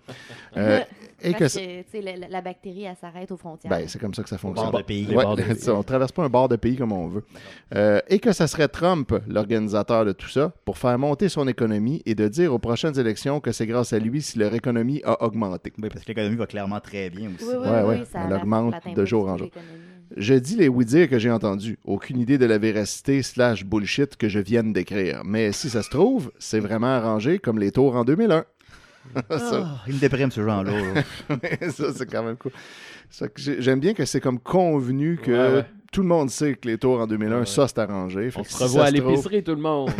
Euh, et que Parce ça- que, tu sais, la, la- la bactérie, elle s'arrête aux frontières. ben, c'est comme ça que ça fonctionne. bord de pays. Ouais, Les bords de pays. ça, on traverse pas un bord de pays comme on veut. Euh, et que ça serait Trump, l'organisateur de tout ça, pour faire monter son économie et de dire aux prochaines élections que c'est grâce à lui si leur économie a augmenté. Oui, parce que l'économie va clairement très bien aussi. oui, oui, Ouais, oui, ouais, ça elle va- augmente ça atteint de pas jour du en tout jour. l'économie. Je dis les oui-dire que j'ai entendus. Aucune idée de la véracité slash bullshit que je viens de d'écrire. Mais si ça se trouve, c'est vraiment arrangé comme les tours en 2001. ça, Ah, il me déprime, ce genre-là. là. ça, c'est quand même cool. Ça que j'ai- J'aime bien que c'est comme convenu que Ouais, ouais. tout le monde sait que les tours en 2001, Ouais. ça, c'est arrangé. Fait On que se si revoit ça à se trouve- l'épicerie, tout le monde.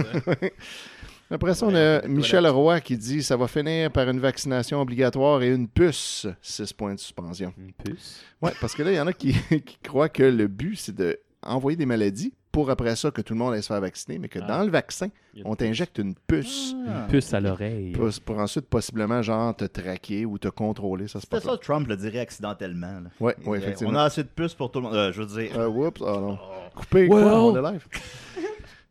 Après ça, on Ouais, on a fait des Michel Roy qui dit « Ça va finir par une vaccination obligatoire et une puce. » 6 points de suspension. Une puce. Ouais, parce que là, il y en a qui, qui croient que le but, c'est d'envoyer des maladies pour après ça que tout le monde aille se faire vacciner, mais que Ah. dans le vaccin, Il y a une on t'injecte une puce Ah. Puce à l'oreille. pour, pour ensuite possiblement, genre, te traquer ou te contrôler. Ça se C'était passe. ça, Trump le dirait accidentellement. là. Oui, Il ouais, dirait, effectivement. on a assez de puces pour tout le monde. Euh, je veux dire, Euh, oups, oh non. Coupé, quoi, Wow. on est live.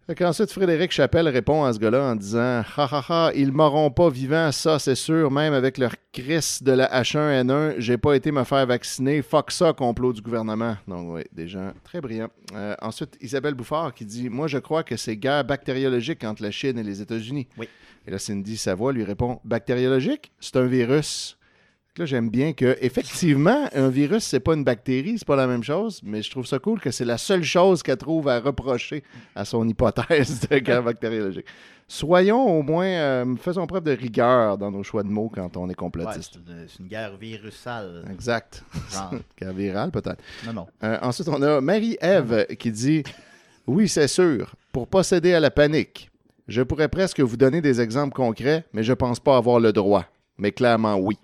Fait qu'ensuite, Frédéric Chapelle répond à ce gars-là en disant Ha ha ha, ils m'auront pas vivant, ça c'est sûr, même avec leur crise de la H1N1, j'ai pas été me faire vacciner. Fuck ça, complot du gouvernement. Donc, oui, des gens très brillants. Euh, ensuite, Isabelle Bouffard qui dit Moi, je crois que c'est guerre bactériologique entre la Chine et les États-Unis. Oui. Et là, Cindy Savoie lui répond Bactériologique C'est un virus. Fait que Là, j'aime bien que, effectivement, un virus, c'est pas une bactérie, c'est pas la même chose, mais je trouve ça cool que c'est la seule chose qu'elle trouve à reprocher à son hypothèse de guerre bactériologique. Soyons au moins, euh, faisons preuve de rigueur dans nos choix de mots quand on est Ouais, complotiste. c'est une, c'est une guerre virusale. Exact. Genre. Guerre virale, peut-être. Non, non. Euh, ensuite, on a Marie-Ève qui dit Oui, c'est sûr, pour pas céder à la panique, je pourrais presque vous donner des exemples concrets, mais je pense pas avoir le droit. Mais clairement, oui.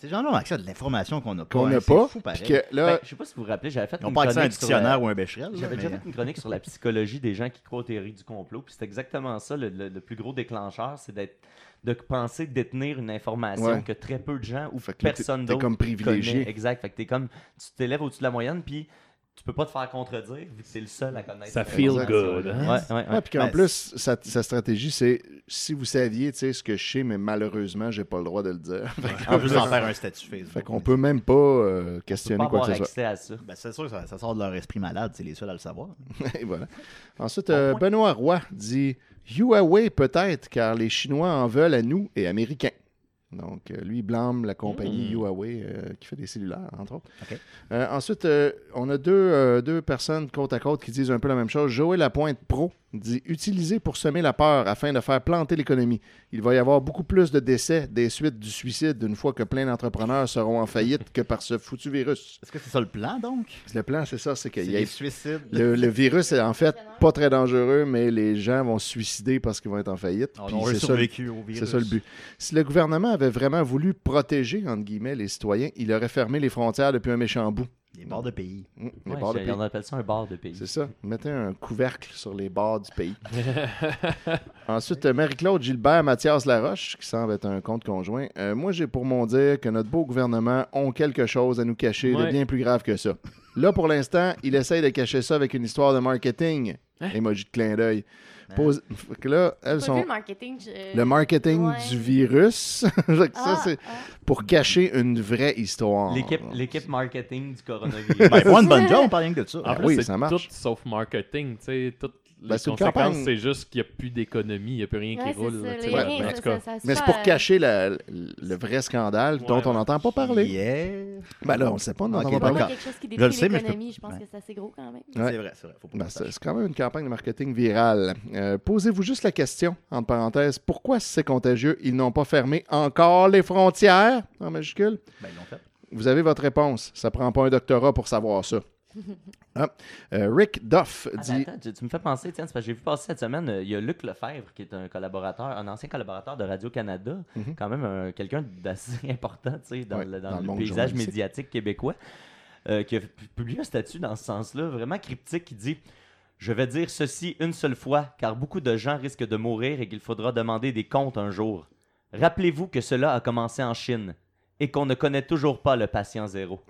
Ces gens-là ont accès à de l'information qu'on n'a pas. Qu'on n'a hein, c'est pas. fou, Puis pareil. que là, Ben, je sais pas si vous vous rappelez, j'avais fait Ils n'ont une pas accès à un chronique sur la- dictionnaire ou un bécherel. là, J'avais déjà mais- fait une chronique sur la psychologie des gens qui croient aux théories du complot, puis c'est exactement ça le, le- le plus gros déclencheur, c'est d'être de penser détenir une information Ouais. que très peu de gens ou Fait que là, t'es- personne t'es d'autre comme privilégié. connaît. Exact, fait que t'es comme tu t'élèves au-dessus de la moyenne puis tu peux pas te faire contredire vu que t'es le seul à connaître. Ça cette feel information-là. good, hein? Ouais, ouais, ouais. Ouais, puis qu'en Ben, plus, sa, sa stratégie, c'est si vous saviez, tu sais, ce que je sais, mais malheureusement, j'ai pas le droit de le dire. Fait euh, Ah, En plus d'en faire un statut Facebook. Fait qu'on peut même pas euh, Tu peux questionner pas quoi avoir que ce soit. accès à ça. Ben, c'est sûr, ça, ça sort de leur esprit malade, c'est les seuls à le savoir. Et voilà. Ensuite, euh, Benoît Roy dit Huawei peut-être, car les Chinois en veulent à nous et Américains. Donc, euh, lui, il blâme la compagnie Huawei euh, qui fait des cellulaires, entre autres. Ok. Euh, ensuite, euh, on a deux, euh, deux personnes côte à côte qui disent un peu la même chose. Joël Lapointe Pro dit Utiliser pour semer la peur afin de faire planter l'économie. Il va y avoir beaucoup plus de décès des suites du suicide une fois que plein d'entrepreneurs seront en faillite que par ce foutu virus. Est-ce que c'est ça le plan, donc? Le plan, c'est ça c'est C'est qu'il y ait les suicides. le, le virus est en fait pas très dangereux, mais les gens vont se suicider parce qu'ils vont être en faillite. Ah, On Puis aurait c'est ça, le- survécu au virus. c'est ça le but. Si le gouvernement avait vraiment voulu protéger entre guillemets les citoyens, il aurait fermé les frontières depuis un méchant bout. Les bords de pays. Hum, les Ouais, bords de j'ai- pays. on appelle ça un bar de pays. C'est ça. Mettez un couvercle sur les bords du pays. Ensuite, euh, Marie-Claude Gilbert, Mathias Laroche, qui semble être un compte conjoint. Euh, moi, j'ai pour mon dire que notre beau gouvernement ont quelque chose à nous cacher de Ouais. bien plus grave que ça. Là, pour l'instant, il essaye de cacher ça avec une histoire de marketing. Emoji de clin d'œil. Pose- Fait que là, elles J'ai pas vu sont. le marketing. je- Le marketing Ouais. du virus. Fait que Ah, ça, c'est ah. pour cacher une vraie histoire. L'équipe l'équipe marketing du coronavirus. Ben, One Bon Job, on parle rien que de ça. En Ben plus, oui, c'est ça marche. tout sauf marketing, tu sais, toutes les Ben, c'est une conséquences, campagne. c'est juste qu'il n'y a plus d'économie, il n'y a plus rien Ouais, qui c'est roule. ça, là, tu sais. les Ouais, ben, liens, en ça, tout cas, ça, ça se Mais c'est fait, pour euh, cacher la- le vrai scandale dont Ouais, on n'entend pas parler. Yeah. Ben là, on ne sait pas, on n'entend Ok, pas euh, Pour parler. moi, Encore. quelque chose qui Je le détruit sais, mais je peux- l'économie, je pense Ouais. que c'est assez gros quand même. Ouais. C'est vrai, c'est vrai. Faut pas Ben, qu'on c'est sache. c'est quand même une campagne de marketing virale. Euh, Posez-vous juste la question, entre parenthèses, pourquoi si c'est contagieux, ils n'ont pas fermé encore les frontières, en majuscule? Ben, ils l'ont fait. Vous avez votre réponse. Ça prend pas un doctorat pour savoir ça. Ah. Euh, Rick Duff Ah, dit... ben, attends, tu, tu me fais penser, tiens, c'est parce que j'ai vu passer cette semaine, euh, il y a Luc Lefebvre, qui est un collaborateur, un ancien collaborateur de Radio-Canada, quand même un- quelqu'un d'assez important, tu sais, dans, Mhm. Ouais, le, dans dans le le monde paysage journalistique. médiatique québécois, euh, qui a pu- publié un statut dans ce sens-là, vraiment cryptique, qui dit Je vais dire ceci une seule fois, car beaucoup de gens risquent de mourir et qu'il faudra demander des comptes un jour. Rappelez-vous que cela a commencé en Chine et qu'on ne connaît toujours pas le patient zéro.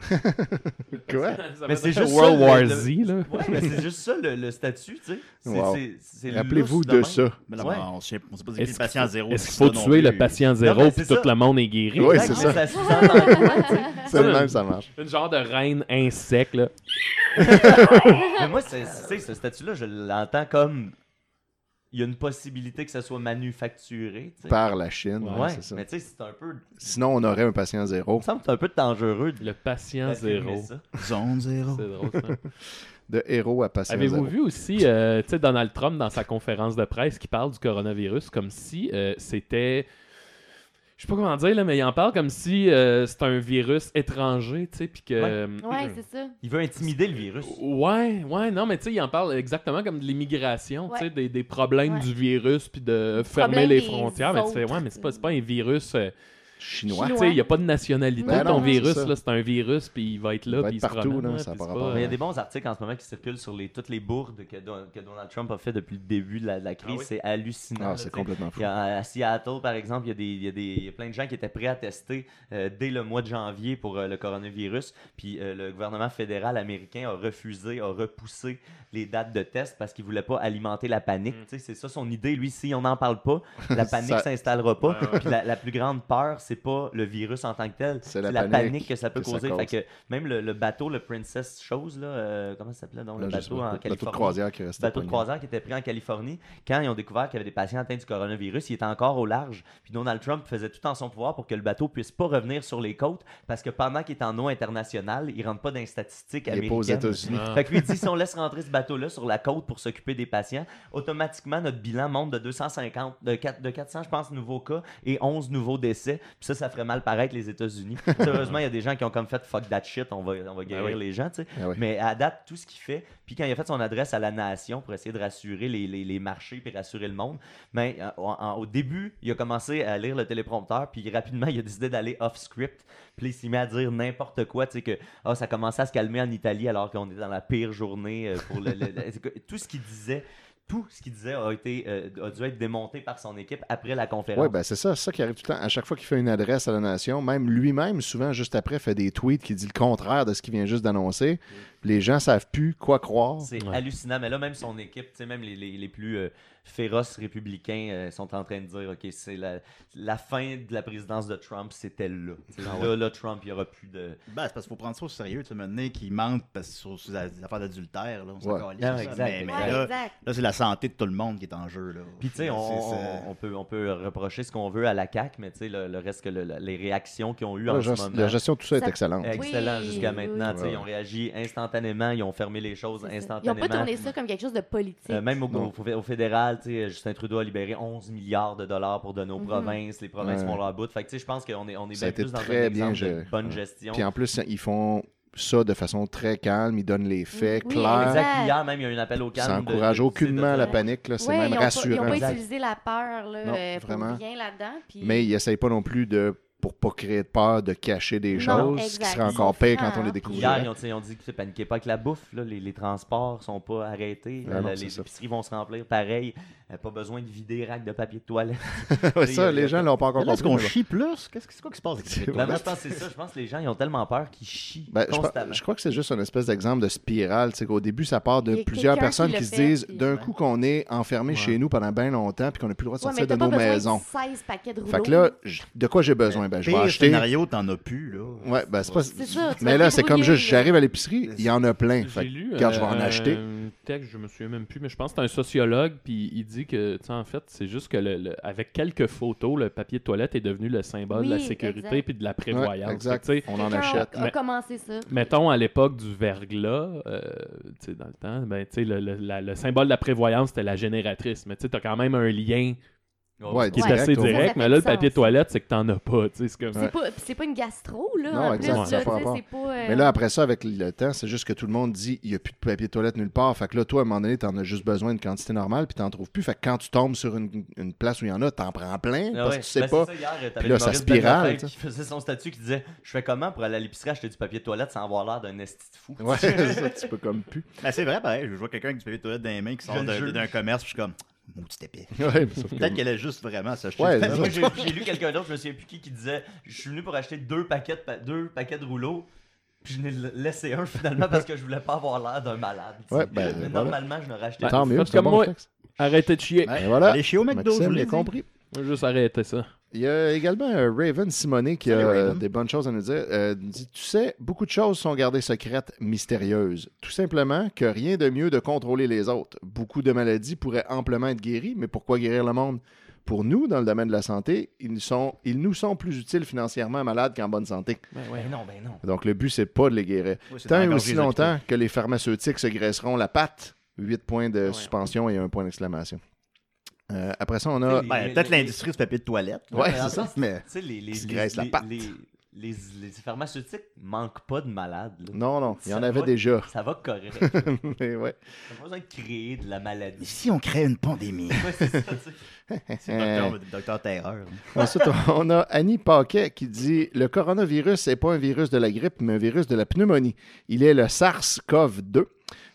Quoi? ça Mais va c'est être juste World ça, War le- Z, là. Ouais, mais c'est juste ça le, le statut, tu sais. C'est- Wow. c'est- c'est Rappelez-vous lousse de même. ça. Mais là, ben, Ouais. on sait on sait pas si Est-ce le patient zéro. Est-ce c'est qu'il faut ça non tuer le plus. patient Non, zéro mais puis c'est tout ça. le monde est guéri? Ouais, Exact, c'est ça. se sent dans le coin, tu sais. C'est le Ça, même, ça marche. Une genre de reine insecte, là. Mais moi, c'est- tu sais, ce statut-là, je l'entends comme il y a une possibilité que ça soit manufacturé. tu sais. Par la Chine, ouais, Ouais, c'est ça. mais tu sais, c'est un peu. Sinon, on aurait un patient Il zéro. me semble que c'est un peu dangereux de Le patient d'assumer zéro. Ben, ça. Zone zéro. C'est drôle, ça. De héros à patient Avez-vous zéro. vu aussi euh, tu sais, Donald Trump dans sa conférence de presse qui parle du coronavirus comme si euh, c'était. Je sais pas comment dire, là, mais il en parle comme si euh, c'était un virus étranger, tu sais, puis que. Ouais. euh, Ouais, c'est ça. Il veut intimider le virus. Ouais, ouais, non, mais tu sais, il en parle exactement comme de l'immigration, tu sais, Ouais. des, des problèmes Ouais. du virus, puis de fermer Problème les des frontières. Mais tu fais, autres. ouais, mais c'est pas, c'est pas un virus euh, Chinois. chinois. Tu sais, il n'y a pas de nationalité. Ben non, ton c'est virus, ça. là, c'est un virus, puis il va être Il là, va puis il être se partout, promène, là, là, ça a puis pas c'est rapport. pas- Mais il y a des bons articles en ce moment qui circulent sur les, toutes les bourdes que, Don- que Donald Trump a fait depuis le début de la, de la crise. Ah oui? C'est hallucinant. Ah, là, c'est tu sais. complètement Il fou. y a- à Seattle, par exemple, il y a, des, il y a des- il y a plein de gens qui étaient prêts à tester euh, dès le mois de janvier pour euh, le coronavirus. Puis euh, le gouvernement fédéral américain a refusé, a repoussé les dates de test parce qu'il voulait pas alimenter la panique. Mm. Tu sais, C'est ça son idée. Lui, si on n'en parle pas, la panique Ça- s'installera pas. Ouais, ouais. Puis la, la plus grande peur, c'est pas le virus en tant que tel, C'est la la panique panique que ça peut que ça causer. cause. Fait que même le, le bateau, le Princess Chose, là, euh, comment ça s'appelait donc, Là, le je sais bateau pas, en le bateau de Californie croisière qui restait. bateau de pogné. croisière qui était pris en Californie, quand ils ont découvert qu'il y avait des patients atteints du coronavirus, il était encore au large. Puis Donald Trump faisait tout en son pouvoir pour que le bateau puisse pas revenir sur les côtes parce que pendant qu'il est en eau internationale, il rentre pas dans les statistiques Il est pas aux américaines. États-Unis. Ah. Fait que lui il dit si on laisse rentrer ce bateau-là sur la côte pour s'occuper des patients, automatiquement notre bilan monte de 250, de, quatre- de 400, je pense, nouveaux cas et 11 nouveaux décès. Puis ça, ça ferait mal paraître les États-Unis. Heureusement, il y a des gens qui ont comme fait fuck that shit, on va, on va guérir oui. les gens, tu sais. Ah Ben oui. Mais à date, tout ce qu'il fait, puis quand il a fait son adresse à la nation pour essayer de rassurer les, les- les marchés puis rassurer le monde, ben, mais au début, il a commencé à lire le téléprompteur, puis rapidement, il a décidé d'aller off-script, puis il s'est mis à dire n'importe quoi, tu sais, que ah, ça commençait à se calmer en Italie alors qu'on est dans la pire journée euh, pour le, le- le- c'est que tout ce qu'il disait. Tout ce qu'il disait a, été, euh, a dû être démonté par son équipe après la conférence. Oui, ben c'est ça, c'est ça qui arrive tout le temps. À chaque fois qu'il fait une adresse à la nation, même lui-même, souvent juste après, fait des tweets qui dit le contraire de ce qu'il vient juste d'annoncer. Les gens savent plus quoi croire. C'est Ouais. hallucinant. Mais là, même son équipe, tu sais, même les, les- les plus euh, féroces républicains euh, sont en train de dire OK, c'est la, la fin de la présidence de Trump, c'était là. Tu sais, Là, là, Trump, il n'y aura plus de. Ben, c'est parce qu'il faut prendre ça au sérieux, tu sais, maintenant, qui mente parce que sur, sur la- les affaires d'adultère, là, on s'en Ouais. calisse, Non, ça. exact, mais, mais exact. là, exact. là, c'est la santé de tout le monde qui est en jeu, là. Puis, tu sais, on, C'est- c'est- on- on peut, on peut reprocher ce qu'on veut à la CAQ, mais tu sais, le, le reste que le- le- les réactions qu'ils ont eues en La, ce gest- moment. la gestion de tout ça est Ça- excellente. Excellent Oui, jusqu'à oui, maintenant. oui. tu sais, Ils ont réagi instantanément, ils ont fermé les choses C'est ça. Ils n'ont instantanément. pas tourné ça comme quelque chose de politique. Euh, même au, Non. au- au fédéral, tu sais, euh, Justin Trudeau a libéré 11 milliards de dollars pour donner aux Mhm. provinces. Les provinces Mm-hmm. Ouais. font leur bout. Fait que, tu sais, je pense qu'on est, on est Ça a bien été plus dans très un bien exemple de géré. bonne Ouais. gestion. Puis en plus, ils font ça de façon très calme, ils donnent les faits Oui, clairs. Exact. Hier même, il y a eu un appel au calme. Ça de- n'encourage de- aucunement de- la panique, là, c'est Ouais, même ils ont rassurant. Pas, ils n'ont pas Exact. utilisé la peur là, Non, euh, pour vraiment. rien là-dedans. puis- Mais ils n'essayent pas non plus de pour pas créer de peur, de cacher des Non, choses, ce exact. qui serait encore pire quand Ils on les sont Hier, découvrirait. ils ont, tu sais, ils ont dit que ne paniquez pas avec la bouffe. là, les, les transports sont pas arrêtés. Ah non, la- c'est les ça. épiceries vont se remplir pareil. Euh, Pas besoin de vider rack de papier de toilette. Ouais, euh, ça, les gens l'ont pas Mais encore là, est-ce qu'on compris. mais bon. chie plus? Qu'est-ce que c'est quoi qui se passe? avec C'est ça? vrai. Ben, moi, je pense que c'est ça. Je pense que les gens ils ont tellement peur qu'ils chient Ben, je, constamment. pense- je crois que c'est juste une espèce d'exemple de spirale. C'est qu'au début, ça part Il y de a plusieurs quelqu'un personnes qui qui, le se fait, disent puis- d'un Ouais. coup qu'on est enfermé Ouais. chez nous pendant bien longtemps puis qu'on n'a plus le droit de Ouais, sortir mais de t'as nos pas besoin maisons. de 16 paquets de rouleaux. Fait que là, je- de quoi j'ai besoin? Ben, je vais Pire acheter. scénario, t'en as plus, là. Ouais, ben, c'est pas... C'est ça, tu vas Mais là, te c'est comme débrouiller, juste, là. j'arrive à l'épicerie, il y en a plein. Fait J'ai que, lu regarde, je vais euh, en acheter. un texte, je me souviens même plus, mais je pense que c'est un sociologue, puis il dit que, tu sais, en fait, c'est juste que le- le- avec quelques photos, le papier de toilette est devenu le symbole de la Oui, sécurité exact. puis de la prévoyance. Ouais, exact. Fait que, tu sais, On en Quelqu'un achète. a- a Mais- commencé ça. Mettons à l'époque du verglas, euh, tu sais, dans le temps, ben, tu sais, le, le- la- le symbole de la prévoyance c'était la génératrice, mais tu as quand même un lien Ouais, qui Ouais. est assez direct, au direct, Ça, ça mais là le fait du papier sens. toilette c'est que t'en as pas, tu sais, c'est comme C'est pas, pis c'est pas une gastro, là. Non, en plus, exact, là, ça a pas tu sais, rapport. c'est pas. euh, Mais là, après ça, avec le temps, c'est juste que tout le monde dit il n'y a plus de papier de toilette nulle part. Fait que là, toi, à un moment donné, t'en as juste besoin d'une quantité normale, puis t'en trouves plus. Fait que quand tu tombes sur une, une place où il y en a, t'en prends plein Ah parce ouais. que tu sais Ben, pas. c'est Ça, hier, t'avais Puis là, ça Maurice spirale, Bellafeuille tu sais. qui faisait son statut qui disait Je fais comment pour aller à l'épicerie acheter du papier de toilette sans avoir l'air d'un esti de fou Ouais, ça, tu peux comme plus. Ben, c'est vrai, pareil. Je vois quelqu'un avec du papier de toilette dans les mains qui Je sort le d'un juge. d'un commerce, puis je suis comme, maudit épée. Ouais, mais sauf que- Peut-être qu'elle a juste vraiment s'acheter Ouais, du papier. Moi, j'ai j'ai lu quelqu'un d'autre, je me souviens plus qui, qui disait Je suis venu pour acheter deux paquets de, pa- deux paquets de rouleaux, puis je n'ai la- laissé un finalement parce que je voulais pas avoir l'air d'un malade. tu sais. Ouais, ben, Mais voilà. Normalement, je n'aurais acheté. Tant Ouais, mieux, faites c'est un comme bon moi. texte. Arrêtez de chier. Ouais. Et voilà. Allez chier au McDo, je Maxime vous l'ai l'a dit. compris. Moi, Juste arrêtez ça. Il y a également euh, Raven Simonet qui a Salut, euh, Raven. des bonnes choses à nous dire. Euh, dit, tu sais, beaucoup de choses sont gardées secrètes, mystérieuses. Tout simplement que rien de mieux de contrôler les autres. Beaucoup de maladies pourraient amplement être guéries, mais pourquoi guérir le monde Pour nous, dans le domaine de la santé, ils, sont, ils nous sont plus utiles financièrement malades qu'en bonne santé. Ben non, ben non. Donc le but, c'est pas de les guérir. Oui, c'est Tant et encore aussi les hôpitaux. longtemps que les pharmaceutiques se graisseront la patte. 8 points de Ouais. suspension et un point d'exclamation. Euh, après ça, on Tu sais, a. les- Ben, les- peut-être les- l'industrie du papier de toilette. Ouais, en c'est ça, plus, mais. Tu sais, les, les, Qui se les- graisse la les- patte. les- les, les pharmaceutiques manquent pas de malades. là. Non, non, il y en Ça avait va- déjà. Ça va correct. T'as Mais ouais. pas besoin de créer de la maladie. Si on crée une pandémie. Ouais, c'est ça, tu sais. C'est docteur, docteur Terreur. Ensuite, on a Annie Paquet qui dit Le coronavirus n'est pas un virus de la grippe, mais un virus de la pneumonie. Il est le SARS-CoV-2,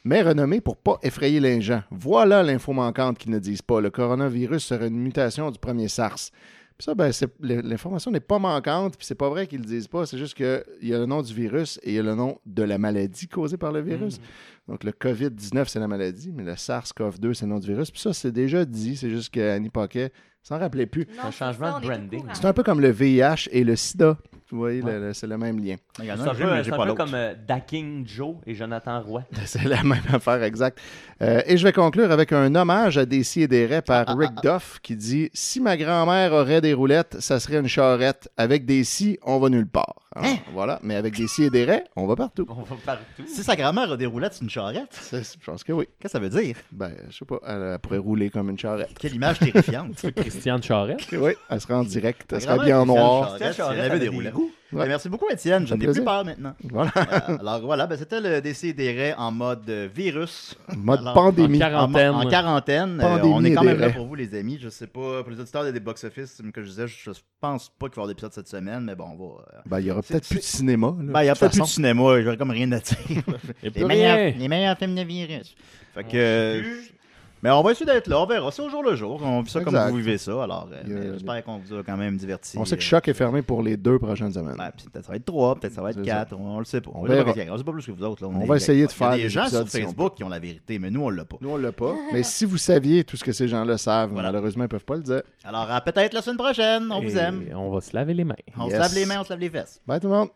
mais renommé pour pas effrayer les gens. Voilà l'info manquante qu'ils ne disent pas. Le coronavirus serait une mutation du premier SARS. Puis ça, ben, c'est- l- l'information n'est pas manquante, puis c'est pas vrai qu'ils le disent pas. C'est juste qu'il y a le nom du virus et il y a le nom de la maladie causée par le virus. Donc, le COVID-19, c'est la maladie, mais le SARS-CoV-2, c'est le nom du virus. Puis ça, c'est déjà dit. C'est juste qu'Annie Paquet s'en rappelait plus. Non, un changement ça, de on est au branding. courant. C'est un peu comme le VIH et le sida. Vous voyez, Ouais. le- le- c'est le même lien. Il y C'est en un a un, peu, que j'aime, mais j'ai c'est un pas peu l'autre. comme euh, Daking Joe et Jonathan Roy. C'est la même affaire exacte. Euh, et je vais conclure avec un hommage à des et des raies par Rick Duff qui dit Si ma grand-mère aurait des roulettes, ça serait une charrette. Avec des si, on va nulle part. Alors, Voilà, mais avec des si et des raies, on va partout. On va partout. Si sa grand-mère a des roulettes, c'est une charrette. Ça, c'est- Je pense que oui. Qu'est-ce que ça veut dire? Ben, je sais pas, elle, elle pourrait rouler comme une charrette. Quelle image terrifiante. Christiane Charette. Oui, elle serait en direct, elle serait Ma grand-mère bien était Christiane Ah, noire. Charette, Christiane elle avait Charette des avait roulettes. des goûts. Ben, Merci beaucoup, Étienne. Je Ça fait n'ai plus plaisir. peur maintenant. Voilà, Euh, alors voilà, ben, c'était le décès des raies en mode euh, virus. mode Alors, pandémie. en Quarantaine. En, en quarantaine. Euh, Pandémie on est quand et même des là raies. pour vous, les amis. Je sais pas, pour les auditeurs des box-office, comme je disais, je pense pas qu'il va y avoir d'épisode cette semaine, mais bon, on va. euh, Ben, il y aura C'est- peut-être plus de cinéma. là, Ben, il n'y a de toute peut-être plus de façon. cinéma, j'aurais comme rien à dire. Et les, plus rien. meilleurs, les meilleurs films de virus. Fait que. euh, Mais on va essayer d'être là, on verra. C'est au jour le jour. On vit ça Exact. comme vous vivez ça. Alors, euh, Il y a- mais j'espère qu'on vous a quand même diverti. Euh, On sait que Choc est fermé pour les deux prochaines semaines. Ouais, puis peut-être ça va être 3, peut-être ça va être C'est 4, on, on le sait pas. On On, sait pas verra. qu'est-ce qu'il y a. On sait pas plus que vous autres. là. On est- va essayer de il y a faire des des gens sur épisodes si on Facebook qui ont la vérité, mais nous, on l'a pas. Nous, on l'a pas. Mais si vous saviez tout ce que ces gens-là savent, Voilà. malheureusement, ils peuvent pas le dire. Alors, à peut-être la semaine prochaine. On vous aime. On va se laver les mains. On Yes. se lave les mains, on se lave les fesses. Bye tout le monde.